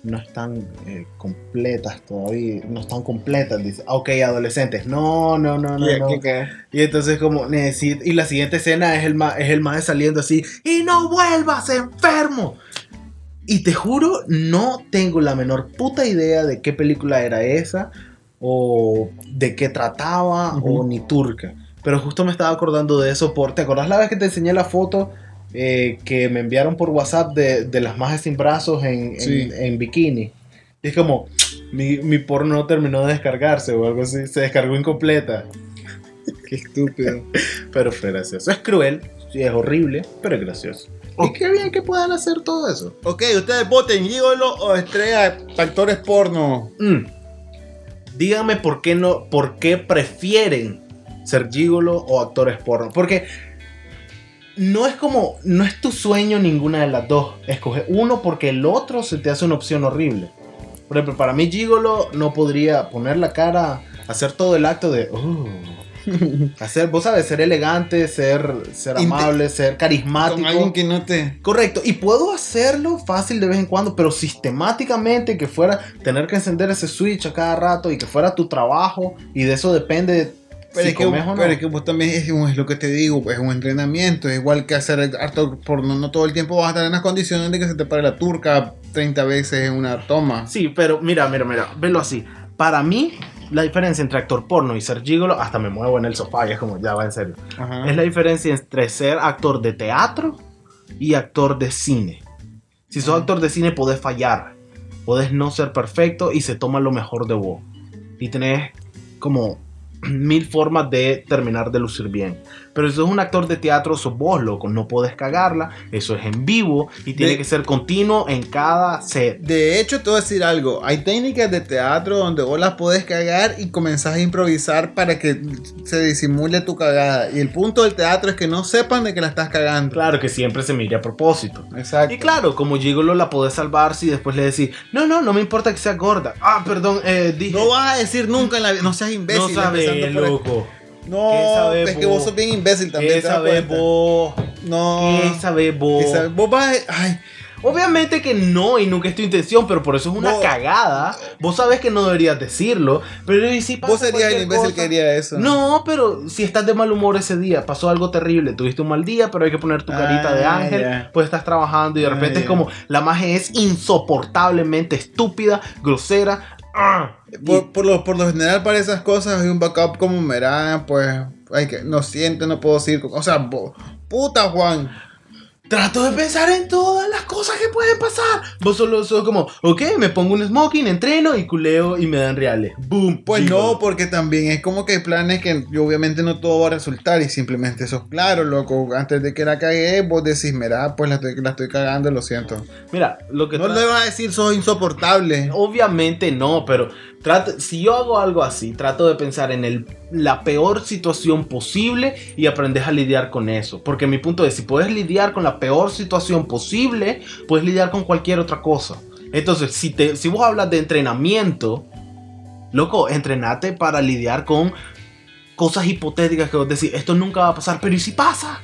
[SPEAKER 1] no están eh, completas todavía, no están completas. Dice, ah, ok, adolescentes, no, no, no, no.
[SPEAKER 2] Y
[SPEAKER 1] no.
[SPEAKER 2] aquí que-
[SPEAKER 1] Y entonces como necesito... Y la siguiente escena es el, ma, es el mae saliendo así. ¡Y no vuelvas, enfermo! Y te juro, no tengo la menor puta idea de qué película era esa. O de qué trataba. O
[SPEAKER 4] Ujú.
[SPEAKER 1] ni turca. Pero justo me estaba acordando de eso por... ¿Te acordás la vez que te enseñé la foto? eh, que me enviaron por WhatsApp de, de las majes sin brazos en, en-
[SPEAKER 2] Sí.
[SPEAKER 1] en bikini. Y es como, mi, mi porno terminó de descargarse o algo así, se descargó incompleta.
[SPEAKER 2] Qué estúpido.
[SPEAKER 1] Pero fue gracioso. Es cruel, sí, es horrible, pero es gracioso. Y qué bien que puedan hacer todo eso.
[SPEAKER 2] ok, ustedes voten ídolo o estrella de actores porno.
[SPEAKER 1] Mm. Díganme por qué no, por qué prefieren ser gigolo o actores porno. Porque no es como, no es tu sueño ninguna de las dos. Escoge uno porque el otro se te hace una opción horrible. Por ejemplo, para mí gigolo no podría poner la cara, hacer todo el acto de... "Oh". hacer, vos sabes, ser elegante, ser, ser
[SPEAKER 2] Inte-
[SPEAKER 1] amable, ser carismático.
[SPEAKER 2] Con alguien que no te.
[SPEAKER 1] Correcto, y puedo hacerlo fácil de vez en cuando, pero sistemáticamente que fuera tener que encender ese switch a cada rato y que fuera tu trabajo y de eso depende
[SPEAKER 2] Pero,
[SPEAKER 1] si
[SPEAKER 2] es que,
[SPEAKER 1] comes o no.
[SPEAKER 2] pero es que vos también es, un- es lo que te digo, pues, es un entrenamiento, es igual que hacer actor porno, no todo el tiempo vas a estar en las condiciones de que se te pare la turca 30 veces en una toma.
[SPEAKER 1] Sí, pero mira, mira, mira, velo así. Para mí, la diferencia entre actor porno y ser gigolo, hasta me muevo en el sofá y es como, ya va en serio.
[SPEAKER 2] Ajá.
[SPEAKER 1] Es la diferencia entre ser actor de teatro y actor de cine. Si sos actor de cine podés fallar, podés no ser perfecto y se toma lo mejor de vos. Y tenés como mil formas de terminar de lucir bien. Pero si sos un actor de teatro, sos vos, loco, no podés cagarla, eso es en vivo y tiene
[SPEAKER 2] De-
[SPEAKER 1] que ser continuo en cada set.
[SPEAKER 2] De hecho, te voy a decir algo. Hay técnicas de teatro donde vos las podés cagar y comenzás a improvisar para que se disimule tu cagada. Y el punto del teatro es que no sepan de que la estás cagando.
[SPEAKER 1] Claro que siempre se mire a propósito.
[SPEAKER 2] Exacto.
[SPEAKER 1] Y claro, como Gigolo la podés salvar si después le decís, no, no, no me importa que sea gorda. Ah, perdón, eh, dije...
[SPEAKER 2] No vas a decir nunca en la vida, no seas imbécil.
[SPEAKER 1] No sabe,
[SPEAKER 2] empezando por-
[SPEAKER 1] loco. ¿Qué
[SPEAKER 2] No,
[SPEAKER 1] sabes
[SPEAKER 2] es que
[SPEAKER 1] vos?
[SPEAKER 2] vos sos bien imbécil también.
[SPEAKER 1] ¿Qué
[SPEAKER 2] te das
[SPEAKER 1] sabes
[SPEAKER 2] cuenta.
[SPEAKER 1] vos?
[SPEAKER 2] No.
[SPEAKER 1] ¿Qué sabes vos?
[SPEAKER 2] ¿Qué sabes? Vos vas a- Ay,
[SPEAKER 1] Obviamente que no y nunca es tu intención, pero por eso es una
[SPEAKER 2] Vos-
[SPEAKER 1] cagada. Vos sabés que no deberías decirlo, pero ¿y si pasa
[SPEAKER 2] vos serías
[SPEAKER 1] cualquier
[SPEAKER 2] el imbécil
[SPEAKER 1] cosa?
[SPEAKER 2] que haría eso.
[SPEAKER 1] No, pero si estás de mal humor ese día, pasó algo terrible, tuviste un mal día, pero hay que poner tu carita de
[SPEAKER 2] Ah,
[SPEAKER 1] ángel,
[SPEAKER 2] ya.
[SPEAKER 1] pues estás trabajando y de
[SPEAKER 2] Ah,
[SPEAKER 1] repente es
[SPEAKER 2] ya.
[SPEAKER 1] como la magia es insoportablemente estúpida, grosera. ¡ah!
[SPEAKER 2] Por, por lo, por lo general, para esas cosas hay un backup como Merán, pues. Hay que, no siento, no puedo decir. O sea, bo- puta Juan.
[SPEAKER 1] Trato de pensar en todas las cosas que pueden pasar. Vos solo sos como, ok, me pongo un smoking, entreno y culeo y me dan reales. Boom.
[SPEAKER 2] Pues
[SPEAKER 1] gigolo.
[SPEAKER 2] no, porque también es como que hay planes que yo obviamente no todo va a resultar y simplemente eso es claro, loco. Antes de que la cagué, vos decís, mira, pues la estoy, la estoy cagando, lo siento.
[SPEAKER 1] Mira, lo que
[SPEAKER 2] No
[SPEAKER 1] tra-
[SPEAKER 2] le vas a decir, sos insoportable.
[SPEAKER 1] Obviamente no, pero trato- si yo hago algo así, trato de pensar en el, la peor situación posible y aprendes a lidiar con eso. Porque mi punto es, si puedes lidiar con la peor situación posible, puedes lidiar con cualquier otra cosa. Entonces, si, te, si vos hablas de entrenamiento, loco, entrenate para lidiar con cosas hipotéticas que vos decís, esto nunca va a pasar, pero ¿y si pasa?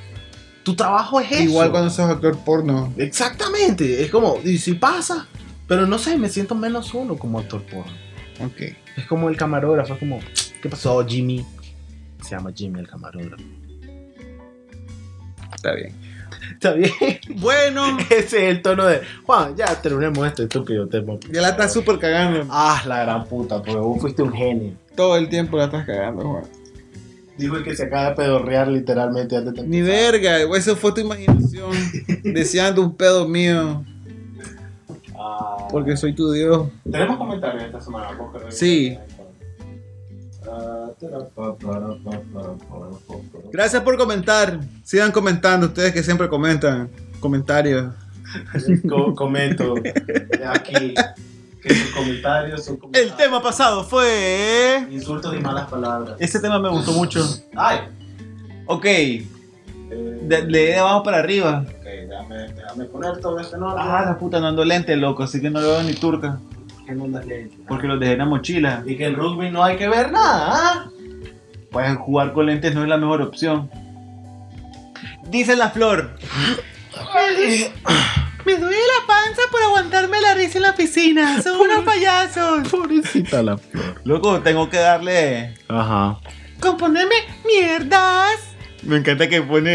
[SPEAKER 1] Tu trabajo es eso.
[SPEAKER 2] Igual cuando sos actor porno.
[SPEAKER 1] Exactamente, es como, ¿y si pasa? Pero no sé, me siento menos uno como actor porno.
[SPEAKER 2] Ok.
[SPEAKER 1] Es como el camarógrafo, es como, ¿qué pasó, Jimmy? Se llama Jimmy el camarógrafo.
[SPEAKER 2] Está bien.
[SPEAKER 1] Está bien,
[SPEAKER 2] Bueno,
[SPEAKER 1] ese es el tono de, Juan, ya terminemos este estúpido tema.
[SPEAKER 2] ya la estás súper cagando.
[SPEAKER 1] Ah, la gran puta, porque vos fuiste un genio.
[SPEAKER 2] Todo el tiempo la estás cagando, Juan.
[SPEAKER 1] Dijo el que se acaba de pedorrear literalmente antes de
[SPEAKER 2] Ni verga, eso fue tu imaginación. Deseando un pedo mío,
[SPEAKER 1] Ah.
[SPEAKER 2] porque soy tu Dios.
[SPEAKER 1] Tenemos comentarios esta semana, vos que
[SPEAKER 2] Sí.
[SPEAKER 1] Ah, tarapaparapaparapara.
[SPEAKER 2] Gracias por comentar. Sigan comentando, ustedes que siempre comentan. Comentarios.
[SPEAKER 1] Co- comento aquí que sus comentarios son
[SPEAKER 2] El
[SPEAKER 1] comentarios,
[SPEAKER 2] tema pasado fue.
[SPEAKER 1] insultos y malas palabras.
[SPEAKER 2] Este tema me gustó mucho.
[SPEAKER 1] Ay, eh,
[SPEAKER 2] Ok, de, de abajo para arriba.
[SPEAKER 1] ok, déjame, déjame poner todo esto en orden.
[SPEAKER 2] Ah, la puta, no ando lente, loco, así que no lo veo ni turca.
[SPEAKER 1] ¿Por qué no andas lento?
[SPEAKER 2] Porque los dejé en la mochila.
[SPEAKER 1] Y que en rugby no hay que ver nada, ¿ah?
[SPEAKER 2] Pues jugar con lentes no es la mejor opción. Dice la flor. Me duele la panza por aguantarme la risa en la piscina. Son unos payasos.
[SPEAKER 1] Pobrecita la flor.
[SPEAKER 2] Loco, tengo que darle.
[SPEAKER 1] Ajá.
[SPEAKER 2] Componerme mierdas. Me encanta que pone.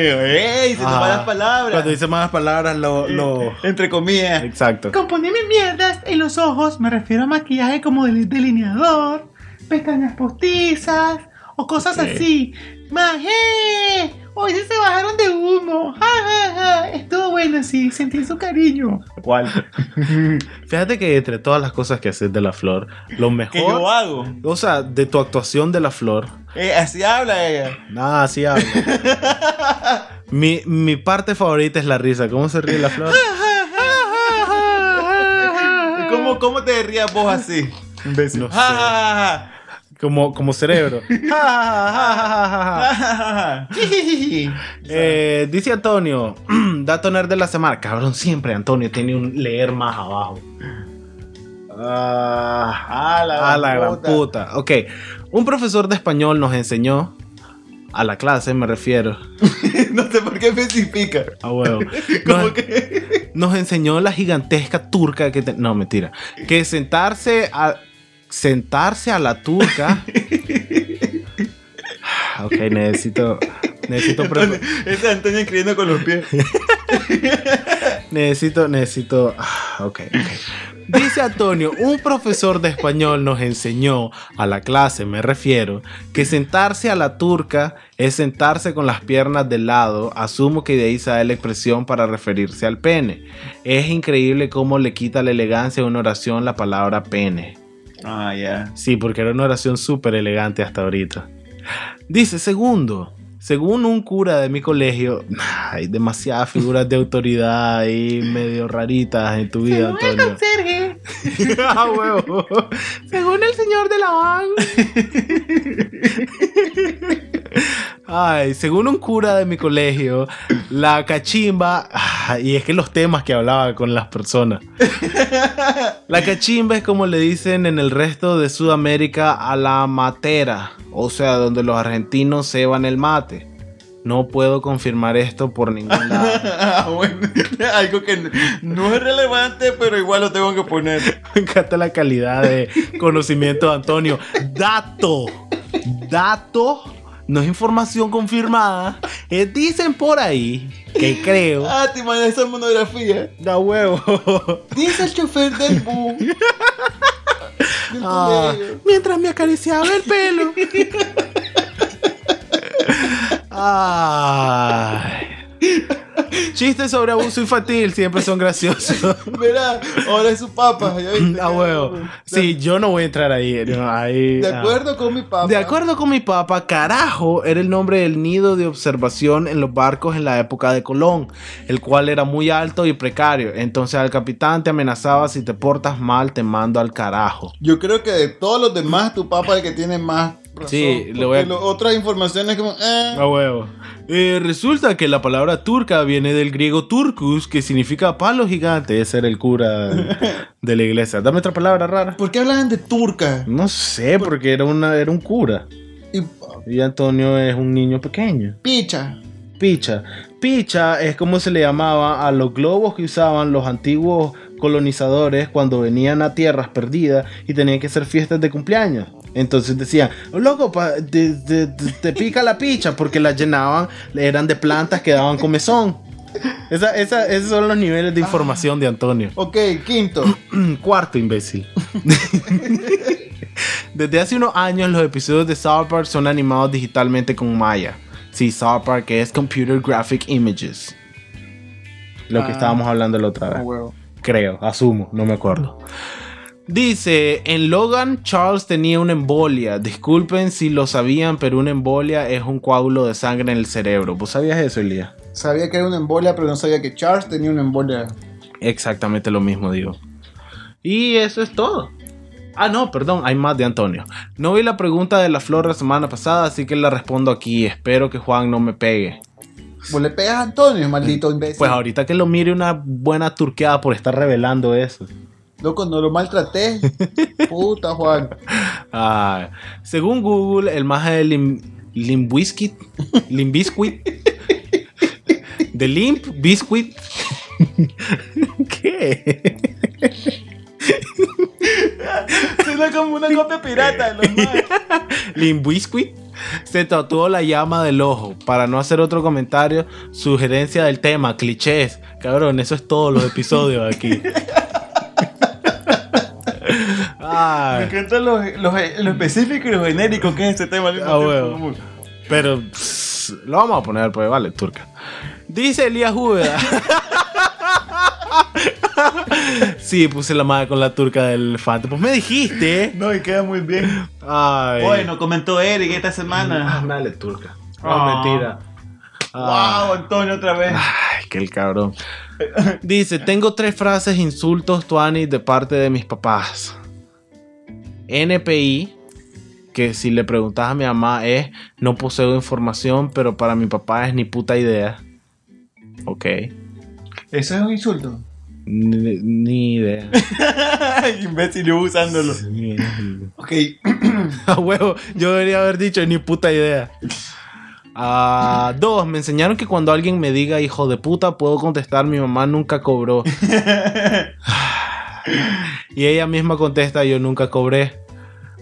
[SPEAKER 2] ¡Ey! Se
[SPEAKER 1] Ajá.
[SPEAKER 2] toman las palabras.
[SPEAKER 1] Ah. Cuando dice malas palabras, lo. lo...
[SPEAKER 2] Entre comillas.
[SPEAKER 1] Exacto.
[SPEAKER 2] Componerme mierdas en los ojos me refiero a maquillaje como del- delineador, pestañas postizas o cosas
[SPEAKER 1] Ok.
[SPEAKER 2] así. ¡Majé! Hoy sí se bajaron de humo. ¡Ja, ja, ja! Estuvo bueno, sí, sentí su cariño.
[SPEAKER 1] ¿Cuál? Fíjate que entre todas las cosas que haces de la flor, lo
[SPEAKER 2] ¿Qué yo
[SPEAKER 1] mejor.
[SPEAKER 2] hago?
[SPEAKER 1] O sea, de tu actuación de la flor,
[SPEAKER 2] Eh, así habla ella.
[SPEAKER 1] nada, así hablo. mi, mi parte favorita es la risa. ¿Cómo se ríe la flor?
[SPEAKER 2] ¿Cómo, cómo te rías vos así?
[SPEAKER 1] No sé.
[SPEAKER 2] ¡Ja, ja,
[SPEAKER 1] Como, como cerebro.
[SPEAKER 2] ja, ja! ¡Ja, ja, ja!
[SPEAKER 1] Eh, dice Antonio, dato nerd de la semana. Cabrón, siempre Antonio tiene un leer más abajo. Ah,
[SPEAKER 2] ¡Ah,
[SPEAKER 1] a la gran puta. Ok, un profesor de español nos enseñó, a la clase me refiero,
[SPEAKER 2] No sé por qué me especifica.
[SPEAKER 1] a huevo,
[SPEAKER 2] Como
[SPEAKER 1] nos,
[SPEAKER 2] que.
[SPEAKER 1] nos enseñó la gigantesca turca que... te- no, mentira. Que sentarse a... Sentarse a la turca... Ah, ok, necesito... Necesito... pre-
[SPEAKER 2] Ese Antonio escribiendo con los pies.
[SPEAKER 1] Necesito, necesito. ah, Ok, ok. Dice Antonio, un profesor de español nos enseñó, a la clase me refiero, que sentarse a la turca es sentarse con las piernas de lado, asumo que de ahí sale la expresión para referirse al pene. Es increíble cómo le quita la elegancia a una oración la palabra pene.
[SPEAKER 2] Ah, ya.
[SPEAKER 1] Sí, porque era una oración súper elegante hasta ahorita. Dice, segundo, según un cura de mi colegio, hay demasiadas figuras de autoridad ahí medio raritas en tu vida, Antonio.
[SPEAKER 3] Sergio,
[SPEAKER 1] Ah, huevo.
[SPEAKER 3] según el señor de la van,
[SPEAKER 1] Ay, según un cura de mi colegio, la cachimba, ah, y es que los temas que hablaba con las personas. La cachimba es como le dicen en el resto de Sudamérica a la matera, o sea, donde los argentinos ceban el mate. No puedo confirmar esto por ningún lado.
[SPEAKER 2] Ah, bueno. Algo que no- no es relevante, pero igual lo tengo que poner.
[SPEAKER 1] Me encanta la calidad de conocimiento de Antonio. Dato. Dato. No es información confirmada. Eh, dicen por ahí que creo.
[SPEAKER 2] Ah, te imaginas esa monografía.
[SPEAKER 1] Da huevo.
[SPEAKER 2] Dice el chofer del bus. Del
[SPEAKER 1] Ah,
[SPEAKER 2] colegio.
[SPEAKER 1] mientras me acariciaba el pelo. Ay. Chistes sobre abuso infantil siempre son graciosos.
[SPEAKER 2] Verá, ahora es su papa. ¿ya viste?
[SPEAKER 1] Da Ah, huevo. Sí, yo no voy a entrar ahí. no, ahí,
[SPEAKER 2] De
[SPEAKER 1] ah.
[SPEAKER 2] acuerdo con mi papa.
[SPEAKER 1] De acuerdo con mi papá, carajo era el nombre del nido de observación en los barcos en la época de Colón, el cual era muy alto y precario. Entonces al capitán te amenazaba si te portas mal te mando al carajo.
[SPEAKER 2] Yo creo que de todos los demás, tu papa es el que tiene más razón.
[SPEAKER 1] Sí, le voy a-
[SPEAKER 2] Porque lo- otras informaciones como. eh,
[SPEAKER 1] A huevo. Eh, resulta que la palabra turca viene del griego turcus, que significa palo gigante. Ese era el cura de la iglesia. Dame otra palabra rara.
[SPEAKER 2] ¿Por qué hablan de turca?
[SPEAKER 1] No sé, porque era, una, era un cura.
[SPEAKER 2] Y
[SPEAKER 1] Y Antonio es un niño pequeño.
[SPEAKER 2] picha.
[SPEAKER 1] Picha. Picha es como se le llamaba a los globos que usaban los antiguos colonizadores cuando venían a tierras perdidas y tenían que hacer fiestas de cumpleaños. Entonces decían, loco, pa- te, te- te- te pica la picha porque la llenaban, eran de plantas que daban comezón. Esa- esa- esos son los niveles de información de Antonio.
[SPEAKER 2] Ok, quinto.
[SPEAKER 1] Mm, Cuarto imbécil. Desde hace unos años los episodios de South Park son animados digitalmente con Maya. Sí, South Park es Computer Graphic Images. Lo que
[SPEAKER 2] Ah.
[SPEAKER 1] estábamos hablando la otra
[SPEAKER 2] Ah,
[SPEAKER 1] vez.
[SPEAKER 2] huevo.
[SPEAKER 1] Creo, asumo, no me acuerdo. Dice, en Logan Charles tenía una embolia. Disculpen si lo sabían, pero una embolia es un coágulo de sangre en el cerebro. ¿Vos sabías eso, Elías?
[SPEAKER 2] Sabía que era una embolia, pero no sabía que Charles tenía una embolia.
[SPEAKER 1] Exactamente lo mismo digo. Y eso es todo. Ah, no, perdón, hay más de Antonio. No vi la pregunta de la flor la semana pasada, así que la respondo aquí. Espero que Juan no me pegue.
[SPEAKER 5] Vos Pues le pegas a Antonio, maldito imbécil.
[SPEAKER 1] Pues ahorita que lo mire una buena turqueada por estar revelando eso.
[SPEAKER 5] Loco, no lo maltraté. Puta, Juan.
[SPEAKER 1] Ah, según Google, el maje de Lim, Limp Bizkit- Limp Bizkit, de Limp Biscuit. ¿Qué?
[SPEAKER 5] Suena como una copia pirata de los más.
[SPEAKER 1] Limp Bizkit se tatuó la llama del ojo. Para no hacer otro comentario, sugerencia del tema, clichés. Cabrón, eso es todos los episodios aquí.
[SPEAKER 5] Me
[SPEAKER 1] Ay.
[SPEAKER 5] encantan los, los, lo específico y lo genérico que es este tema. al mismo
[SPEAKER 1] Ah,
[SPEAKER 5] tiempo.
[SPEAKER 1] Pero pss, lo vamos a poner, pues vale, turca. Dice Elías Júbeda. sí, puse la madre con la turca del elefante. Pues me dijiste.
[SPEAKER 5] No, y queda muy bien.
[SPEAKER 1] Ay.
[SPEAKER 2] Bueno, comentó Eric esta semana.
[SPEAKER 1] Ah, me dale turca. No,
[SPEAKER 2] Ah.
[SPEAKER 1] mentira. Ah.
[SPEAKER 2] Wow, Antonio otra vez.
[SPEAKER 5] Ah,
[SPEAKER 1] Ay, que el cabrón. Dice, tengo tres frases, insultos, Tuani, de parte de mis papás. NPI, que si le preguntas a mi mamá es, no poseo información, pero para mi papá es ni puta idea. Ok.
[SPEAKER 5] Eso es un insulto.
[SPEAKER 1] Ni, ni idea.
[SPEAKER 5] imbécil, yo usándolo.
[SPEAKER 1] Ni-
[SPEAKER 5] Ok,
[SPEAKER 1] A huevo, yo debería haber dicho ni puta idea. Ah, dos, me enseñaron que cuando alguien me diga hijo de puta, puedo contestar mi mamá nunca cobró. y ella misma contesta yo nunca cobré.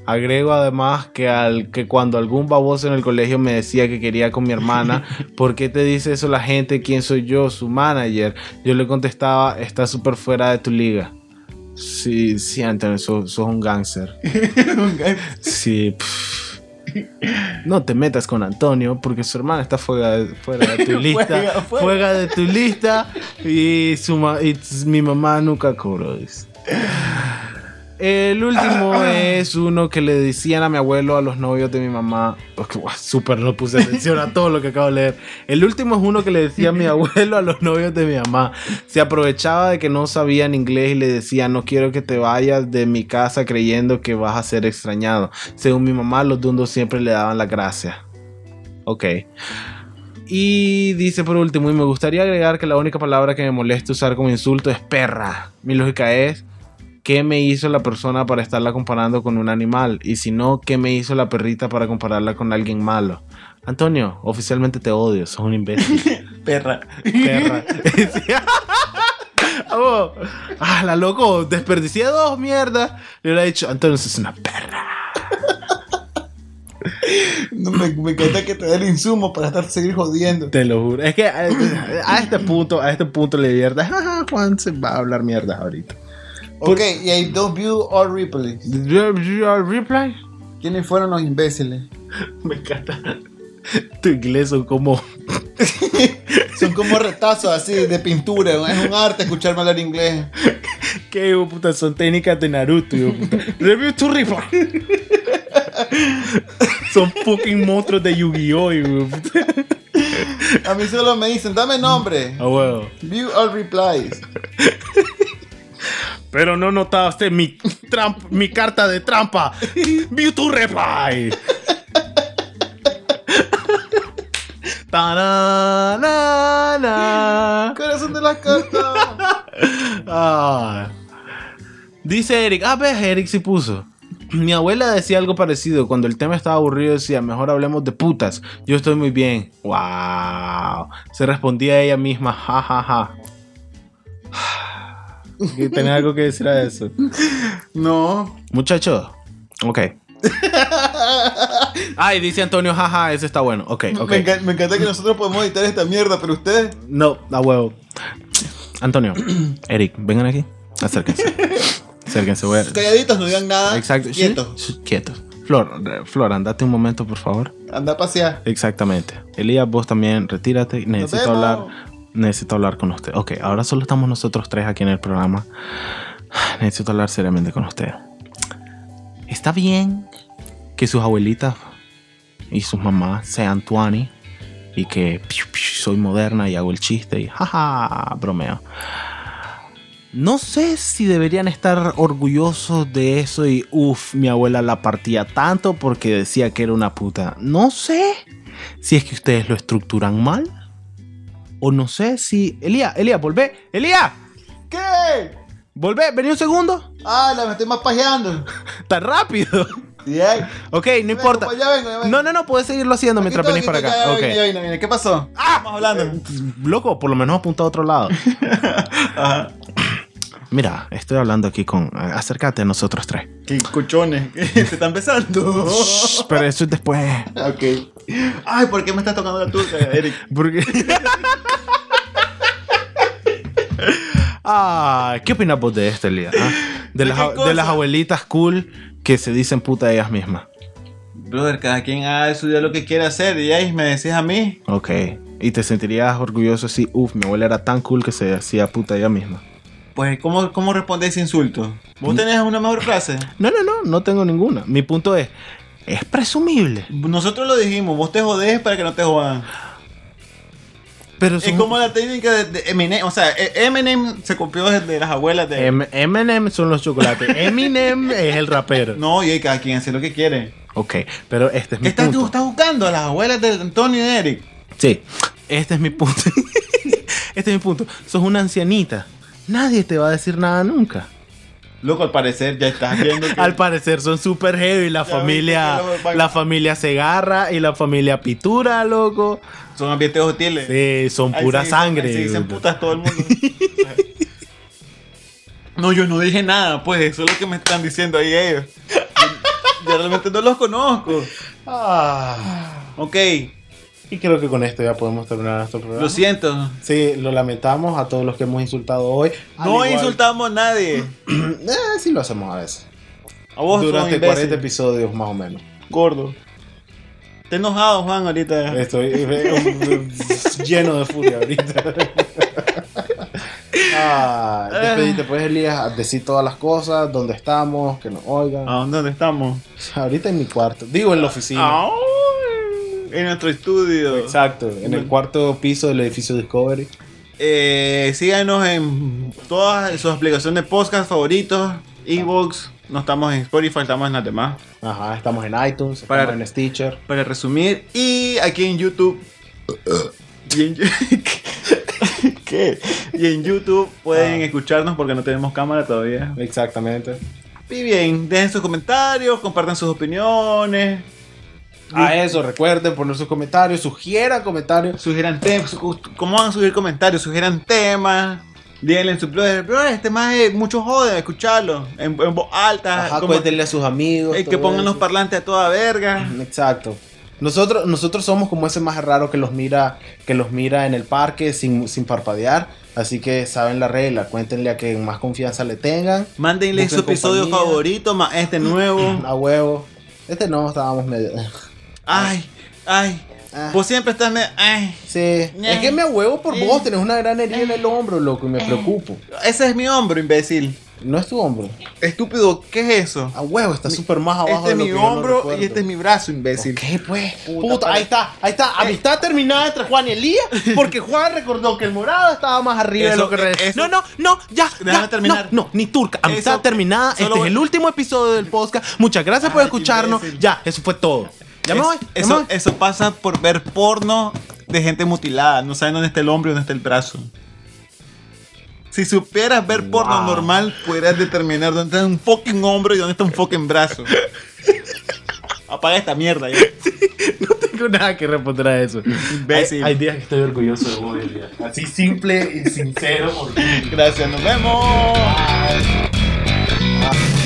[SPEAKER 1] Agrego además que, al, que cuando algún baboso en el colegio me decía que quería con mi hermana, ¿por qué te dice eso la gente? ¿Quién soy yo? Su manager. Yo le contestaba, está súper fuera de tu liga. Sí, sí, Antonio, sos, sos un gángster. Sí. pff. No te metas con Antonio porque su hermana está fuera de, fuera de tu lista. fuera, de tu lista y, su ma- y s- mi mamá nunca cobró. dice. El último es uno que le decían a mi abuelo, a los novios de mi mamá. Porque, guau, súper no puse atención a todo lo que acabo de leer. El último es uno que le decía a mi abuelo, a los novios de mi mamá. Se aprovechaba de que no sabían inglés y le decía, no quiero que te vayas de mi casa creyendo que vas a ser extrañado. Según mi mamá, los dundos siempre le daban las gracias. Ok. Y dice por último, y me gustaría agregar que la única palabra que me molesta usar como insulto es perra. Mi lógica es, ¿qué me hizo la persona para estarla comparando con un animal? Y si no, ¿qué me hizo la perrita para compararla con alguien malo? Antonio, oficialmente te odio, sos un imbécil
[SPEAKER 5] perra.
[SPEAKER 1] perra. Sí. Vamos. Ah, la loco, desperdicié dos mierdas. Le hubiera dicho, entonces es una perra.
[SPEAKER 5] No, me, me encanta que te den insumo para estar seguir jodiendo.
[SPEAKER 1] Te lo juro. Es que a, a este punto, a este punto le divierta. "Ah, Juan se va a hablar mierda ahorita.
[SPEAKER 5] Ok, y hay dos views all replay.
[SPEAKER 1] You- you are reply?
[SPEAKER 5] ¿Quiénes fueron los imbéciles?
[SPEAKER 1] Me encanta. Tu inglés son como.
[SPEAKER 5] Son como retazos así de pintura. ¿no? Es un arte escucharme hablar inglés.
[SPEAKER 1] ¿Qué, hijo de puta? Son técnicas de Naruto, hijo de puta. Review to reply. Son fucking monstruos de Yu-Gi-Oh! hijo de puta.
[SPEAKER 5] A mí solo me dicen, dame nombre.
[SPEAKER 1] A Ah, huevo.
[SPEAKER 5] View all replies.
[SPEAKER 1] Pero no notaba usted mi, tramp- mi carta de trampa. View to reply. Ta-na-na-na.
[SPEAKER 5] Corazón de las cartas.
[SPEAKER 1] Ah. Dice Eric. Ah, ves, Eric sí puso. Mi abuela decía algo parecido. Cuando el tema estaba aburrido, decía: Mejor hablemos de putas. Yo estoy muy bien. ¡Wow! Se respondía ella misma: Ja, ja, ja. ¿Tenés algo que decir a eso?
[SPEAKER 5] No.
[SPEAKER 1] Muchachos, ok. Ay, dice Antonio, jaja, ese está bueno. Ok, ok.
[SPEAKER 5] Me, enca- me encanta que nosotros podemos editar esta mierda, pero ustedes.
[SPEAKER 1] No, a huevo. Antonio, Eric, vengan aquí. Acérquense. Acérquense, voy a...
[SPEAKER 5] Calladitos, no digan nada.
[SPEAKER 1] Exacto.
[SPEAKER 5] Quietos.
[SPEAKER 1] Shh, shh, Quietos. Flor, re- Flor, andate un momento, por favor.
[SPEAKER 5] Anda a pasear.
[SPEAKER 1] Exactamente. Elías, vos también retírate. Necesito
[SPEAKER 5] vemos.
[SPEAKER 1] hablar. Necesito hablar con usted. Ok, ahora solo estamos nosotros tres aquí en el programa. Necesito hablar seriamente con usted. Está bien que sus abuelitas y sus mamás sean tuani y que piu, piu, soy moderna y hago el chiste y jaja, bromeo. No sé si deberían estar orgullosos de eso y uff, mi abuela la partía tanto porque decía que era una puta. No sé si es que ustedes lo estructuran mal. O no sé si... Elías, Elías, volvé. Elías,
[SPEAKER 5] ¿Qué?
[SPEAKER 1] volvé. Vení un segundo.
[SPEAKER 5] Ah, la me estoy maspajeando.
[SPEAKER 1] Tan rápido.
[SPEAKER 5] Bien.
[SPEAKER 1] Ok, no
[SPEAKER 5] Vengo,
[SPEAKER 1] importa.
[SPEAKER 5] pues, ya vengo, ya vengo.
[SPEAKER 1] No, no, no, puedes seguirlo haciendo
[SPEAKER 5] Aquí
[SPEAKER 1] mientras
[SPEAKER 5] estoy,
[SPEAKER 1] venís para
[SPEAKER 5] aquí estoy,
[SPEAKER 1] acá.
[SPEAKER 5] ya vine, ya
[SPEAKER 1] Ok. Ah,
[SPEAKER 5] vine, ya vine. ¿Qué pasó? Estamos hablando.
[SPEAKER 1] Loco, por lo menos apunta a otro lado.
[SPEAKER 2] Ajá.
[SPEAKER 1] Mira, estoy hablando aquí con... Acércate a nosotros tres.
[SPEAKER 5] ¿Qué cochones?
[SPEAKER 2] Se está
[SPEAKER 5] Oh.
[SPEAKER 2] empezando.
[SPEAKER 1] Shh, Pero eso es después.
[SPEAKER 5] ok.
[SPEAKER 2] Ay, ¿por qué me estás tocando la tuya, Eric?
[SPEAKER 1] Porque... ah, ¿qué opinas vos de este día? De,
[SPEAKER 2] ¿De
[SPEAKER 1] las,
[SPEAKER 2] qué
[SPEAKER 1] ab- de
[SPEAKER 2] cosa?
[SPEAKER 1] las abuelitas cool que se dicen puta ellas mismas.
[SPEAKER 2] Brother, cada quien haga de su vida lo que quiera hacer. Y ahí me decís a mí.
[SPEAKER 1] Ok. Y te sentirías orgulloso si, uff, mi abuela era tan cool que se decía puta ella misma.
[SPEAKER 2] Pues, ¿cómo, cómo respondés ese insulto? ¿Vos tenés una mejor frase?
[SPEAKER 1] No, no, no, no tengo ninguna. Mi punto es, es presumible.
[SPEAKER 2] Nosotros lo dijimos, vos te jodés para que no te jodan.
[SPEAKER 1] Pero
[SPEAKER 2] Es como la técnica de, de Eminem. O sea, e- Eminem se copió de, de las abuelas de.
[SPEAKER 1] M- M&M son los chocolates. Eminem es el rapero.
[SPEAKER 2] no, y ahí cada quien hace lo que quiere.
[SPEAKER 1] Ok, pero este es mi
[SPEAKER 2] ¿Qué estás,
[SPEAKER 1] punto.
[SPEAKER 2] estás buscando? A las abuelas de Antonio y Eric.
[SPEAKER 1] Sí, este es mi punto. este es mi punto. Sos una ancianita. Nadie te va a decir nada nunca.
[SPEAKER 2] Loco, al parecer ya estás viendo que.
[SPEAKER 1] Al parecer son super heavy. La
[SPEAKER 2] Ya
[SPEAKER 1] familia,
[SPEAKER 2] viste que lo-
[SPEAKER 1] la familia Segarra y la familia Pitura, loco.
[SPEAKER 2] Son ambientes hostiles.
[SPEAKER 1] Sí, son
[SPEAKER 2] Ahí
[SPEAKER 1] pura
[SPEAKER 2] se-
[SPEAKER 1] sangre.
[SPEAKER 2] ahí se dicen putas todo el mundo. no, yo no dije nada, pues eso es lo que me están diciendo ahí ellos. Yo, yo realmente no los conozco.
[SPEAKER 1] Ah,
[SPEAKER 2] Ok,
[SPEAKER 1] y creo que con esto ya podemos terminar nuestro programa.
[SPEAKER 2] lo siento.
[SPEAKER 1] Sí, lo lamentamos a todos los que hemos insultado hoy. Al
[SPEAKER 2] No
[SPEAKER 1] igual-
[SPEAKER 2] insultamos a nadie.
[SPEAKER 1] Eh, sí lo hacemos a veces.
[SPEAKER 2] A vos sos un
[SPEAKER 1] Durante
[SPEAKER 2] imbécil.
[SPEAKER 1] 40 episodios más o menos.
[SPEAKER 2] gordo. Está enojado, Juan, ahorita.
[SPEAKER 1] Estoy eh, lleno de furia ahorita. ah, despedite, pues Elías, a decir todas las cosas, dónde estamos, que nos oigan.
[SPEAKER 2] ¿A dónde estamos?
[SPEAKER 1] Ahorita en mi cuarto, digo en la oficina.
[SPEAKER 2] Ah, en nuestro estudio.
[SPEAKER 1] Exacto, en
[SPEAKER 2] Mm.
[SPEAKER 1] el cuarto piso del edificio Discovery.
[SPEAKER 2] Eh, síganos en todas sus aplicaciones de podcast favoritos, Evox. No estamos en Spotify, estamos en las demás.
[SPEAKER 1] Ajá, estamos en iTunes, estamos
[SPEAKER 2] Para-
[SPEAKER 1] en Stitcher.
[SPEAKER 2] Para resumir, y aquí en YouTube. Y en, ¿Qué? Y en YouTube pueden
[SPEAKER 1] Ah.
[SPEAKER 2] escucharnos porque no tenemos cámara todavía.
[SPEAKER 1] Exactamente.
[SPEAKER 2] Y bien, dejen sus comentarios, compartan sus opiniones, Ah,
[SPEAKER 1] A eso, recuerden poner sus comentarios, sugieran comentarios.
[SPEAKER 2] Sugieran temas, ¿cómo van a subir comentarios? Sugieran temas. Díganle en su blog, bro, este más es mucho joven, escucharlo en, en voz alta.
[SPEAKER 1] Ajá,
[SPEAKER 2] Ah,
[SPEAKER 1] pues,
[SPEAKER 2] como-
[SPEAKER 1] cuéntenle a sus amigos.
[SPEAKER 2] eh, que
[SPEAKER 1] todo
[SPEAKER 2] pongan los
[SPEAKER 1] eso.
[SPEAKER 2] parlantes a toda verga.
[SPEAKER 1] Exacto. Nosotros, nosotros somos como ese más raro que los mira, que los mira en el parque sin, sin parpadear. Así que saben la regla, cuéntenle a quien más confianza le tengan.
[SPEAKER 2] Mándenle su
[SPEAKER 1] Busquen
[SPEAKER 2] episodio
[SPEAKER 1] compañía.
[SPEAKER 2] favorito, más este nuevo.
[SPEAKER 1] A huevo. Este no, estábamos medio.
[SPEAKER 2] Ay, ay.
[SPEAKER 1] Ah.
[SPEAKER 2] Vos siempre estás. me- Ay.
[SPEAKER 1] Sí. Es que me a huevo por
[SPEAKER 2] Eh.
[SPEAKER 1] vos, tenés una gran herida en el hombro, loco, y me preocupo.
[SPEAKER 2] Ese es mi hombro, imbécil.
[SPEAKER 1] No es tu hombro.
[SPEAKER 2] Estúpido, ¿qué es eso?
[SPEAKER 1] A huevo, está súper más abajo
[SPEAKER 2] Este
[SPEAKER 1] de
[SPEAKER 2] es
[SPEAKER 1] lo
[SPEAKER 2] mi
[SPEAKER 1] que yo no
[SPEAKER 2] hombro
[SPEAKER 1] recuerdo.
[SPEAKER 2] y este es mi brazo, imbécil.
[SPEAKER 1] ¿Qué pues? Puta,
[SPEAKER 2] pare-
[SPEAKER 1] ahí está, ahí
[SPEAKER 2] Eh.
[SPEAKER 1] está. Amistad terminada entre Juan y Elías, porque Juan recordó que el morado estaba más arriba de
[SPEAKER 2] Eso, eh,
[SPEAKER 1] lo que re-
[SPEAKER 2] eso-
[SPEAKER 1] No, no, no, ya.
[SPEAKER 2] Déjame
[SPEAKER 1] ya,
[SPEAKER 2] terminar.
[SPEAKER 1] No, no, ni turca. Amistad
[SPEAKER 2] Eso-
[SPEAKER 1] terminada. Este
[SPEAKER 2] solo
[SPEAKER 1] es
[SPEAKER 2] voy-
[SPEAKER 1] el último episodio del podcast. Muchas gracias por
[SPEAKER 2] Ay,
[SPEAKER 1] escucharnos.
[SPEAKER 2] imbécil.
[SPEAKER 1] Ya, eso fue todo. Ya me
[SPEAKER 2] Es-
[SPEAKER 1] voy. ya me
[SPEAKER 2] Eso,
[SPEAKER 1] voy.
[SPEAKER 2] eso pasa por ver porno de gente mutilada. No saben dónde está el hombro y dónde está el brazo. Si supieras ver porno
[SPEAKER 1] Wow.
[SPEAKER 2] normal, pudieras determinar dónde está un fucking hombro y dónde está un fucking brazo. Apaga esta mierda ya.
[SPEAKER 1] No tengo nada que responder a eso.
[SPEAKER 2] Imbécil.
[SPEAKER 1] días que estoy orgulloso de vos, Elías. Así simple y sincero.
[SPEAKER 2] Gracias, nos vemos.
[SPEAKER 1] Ah.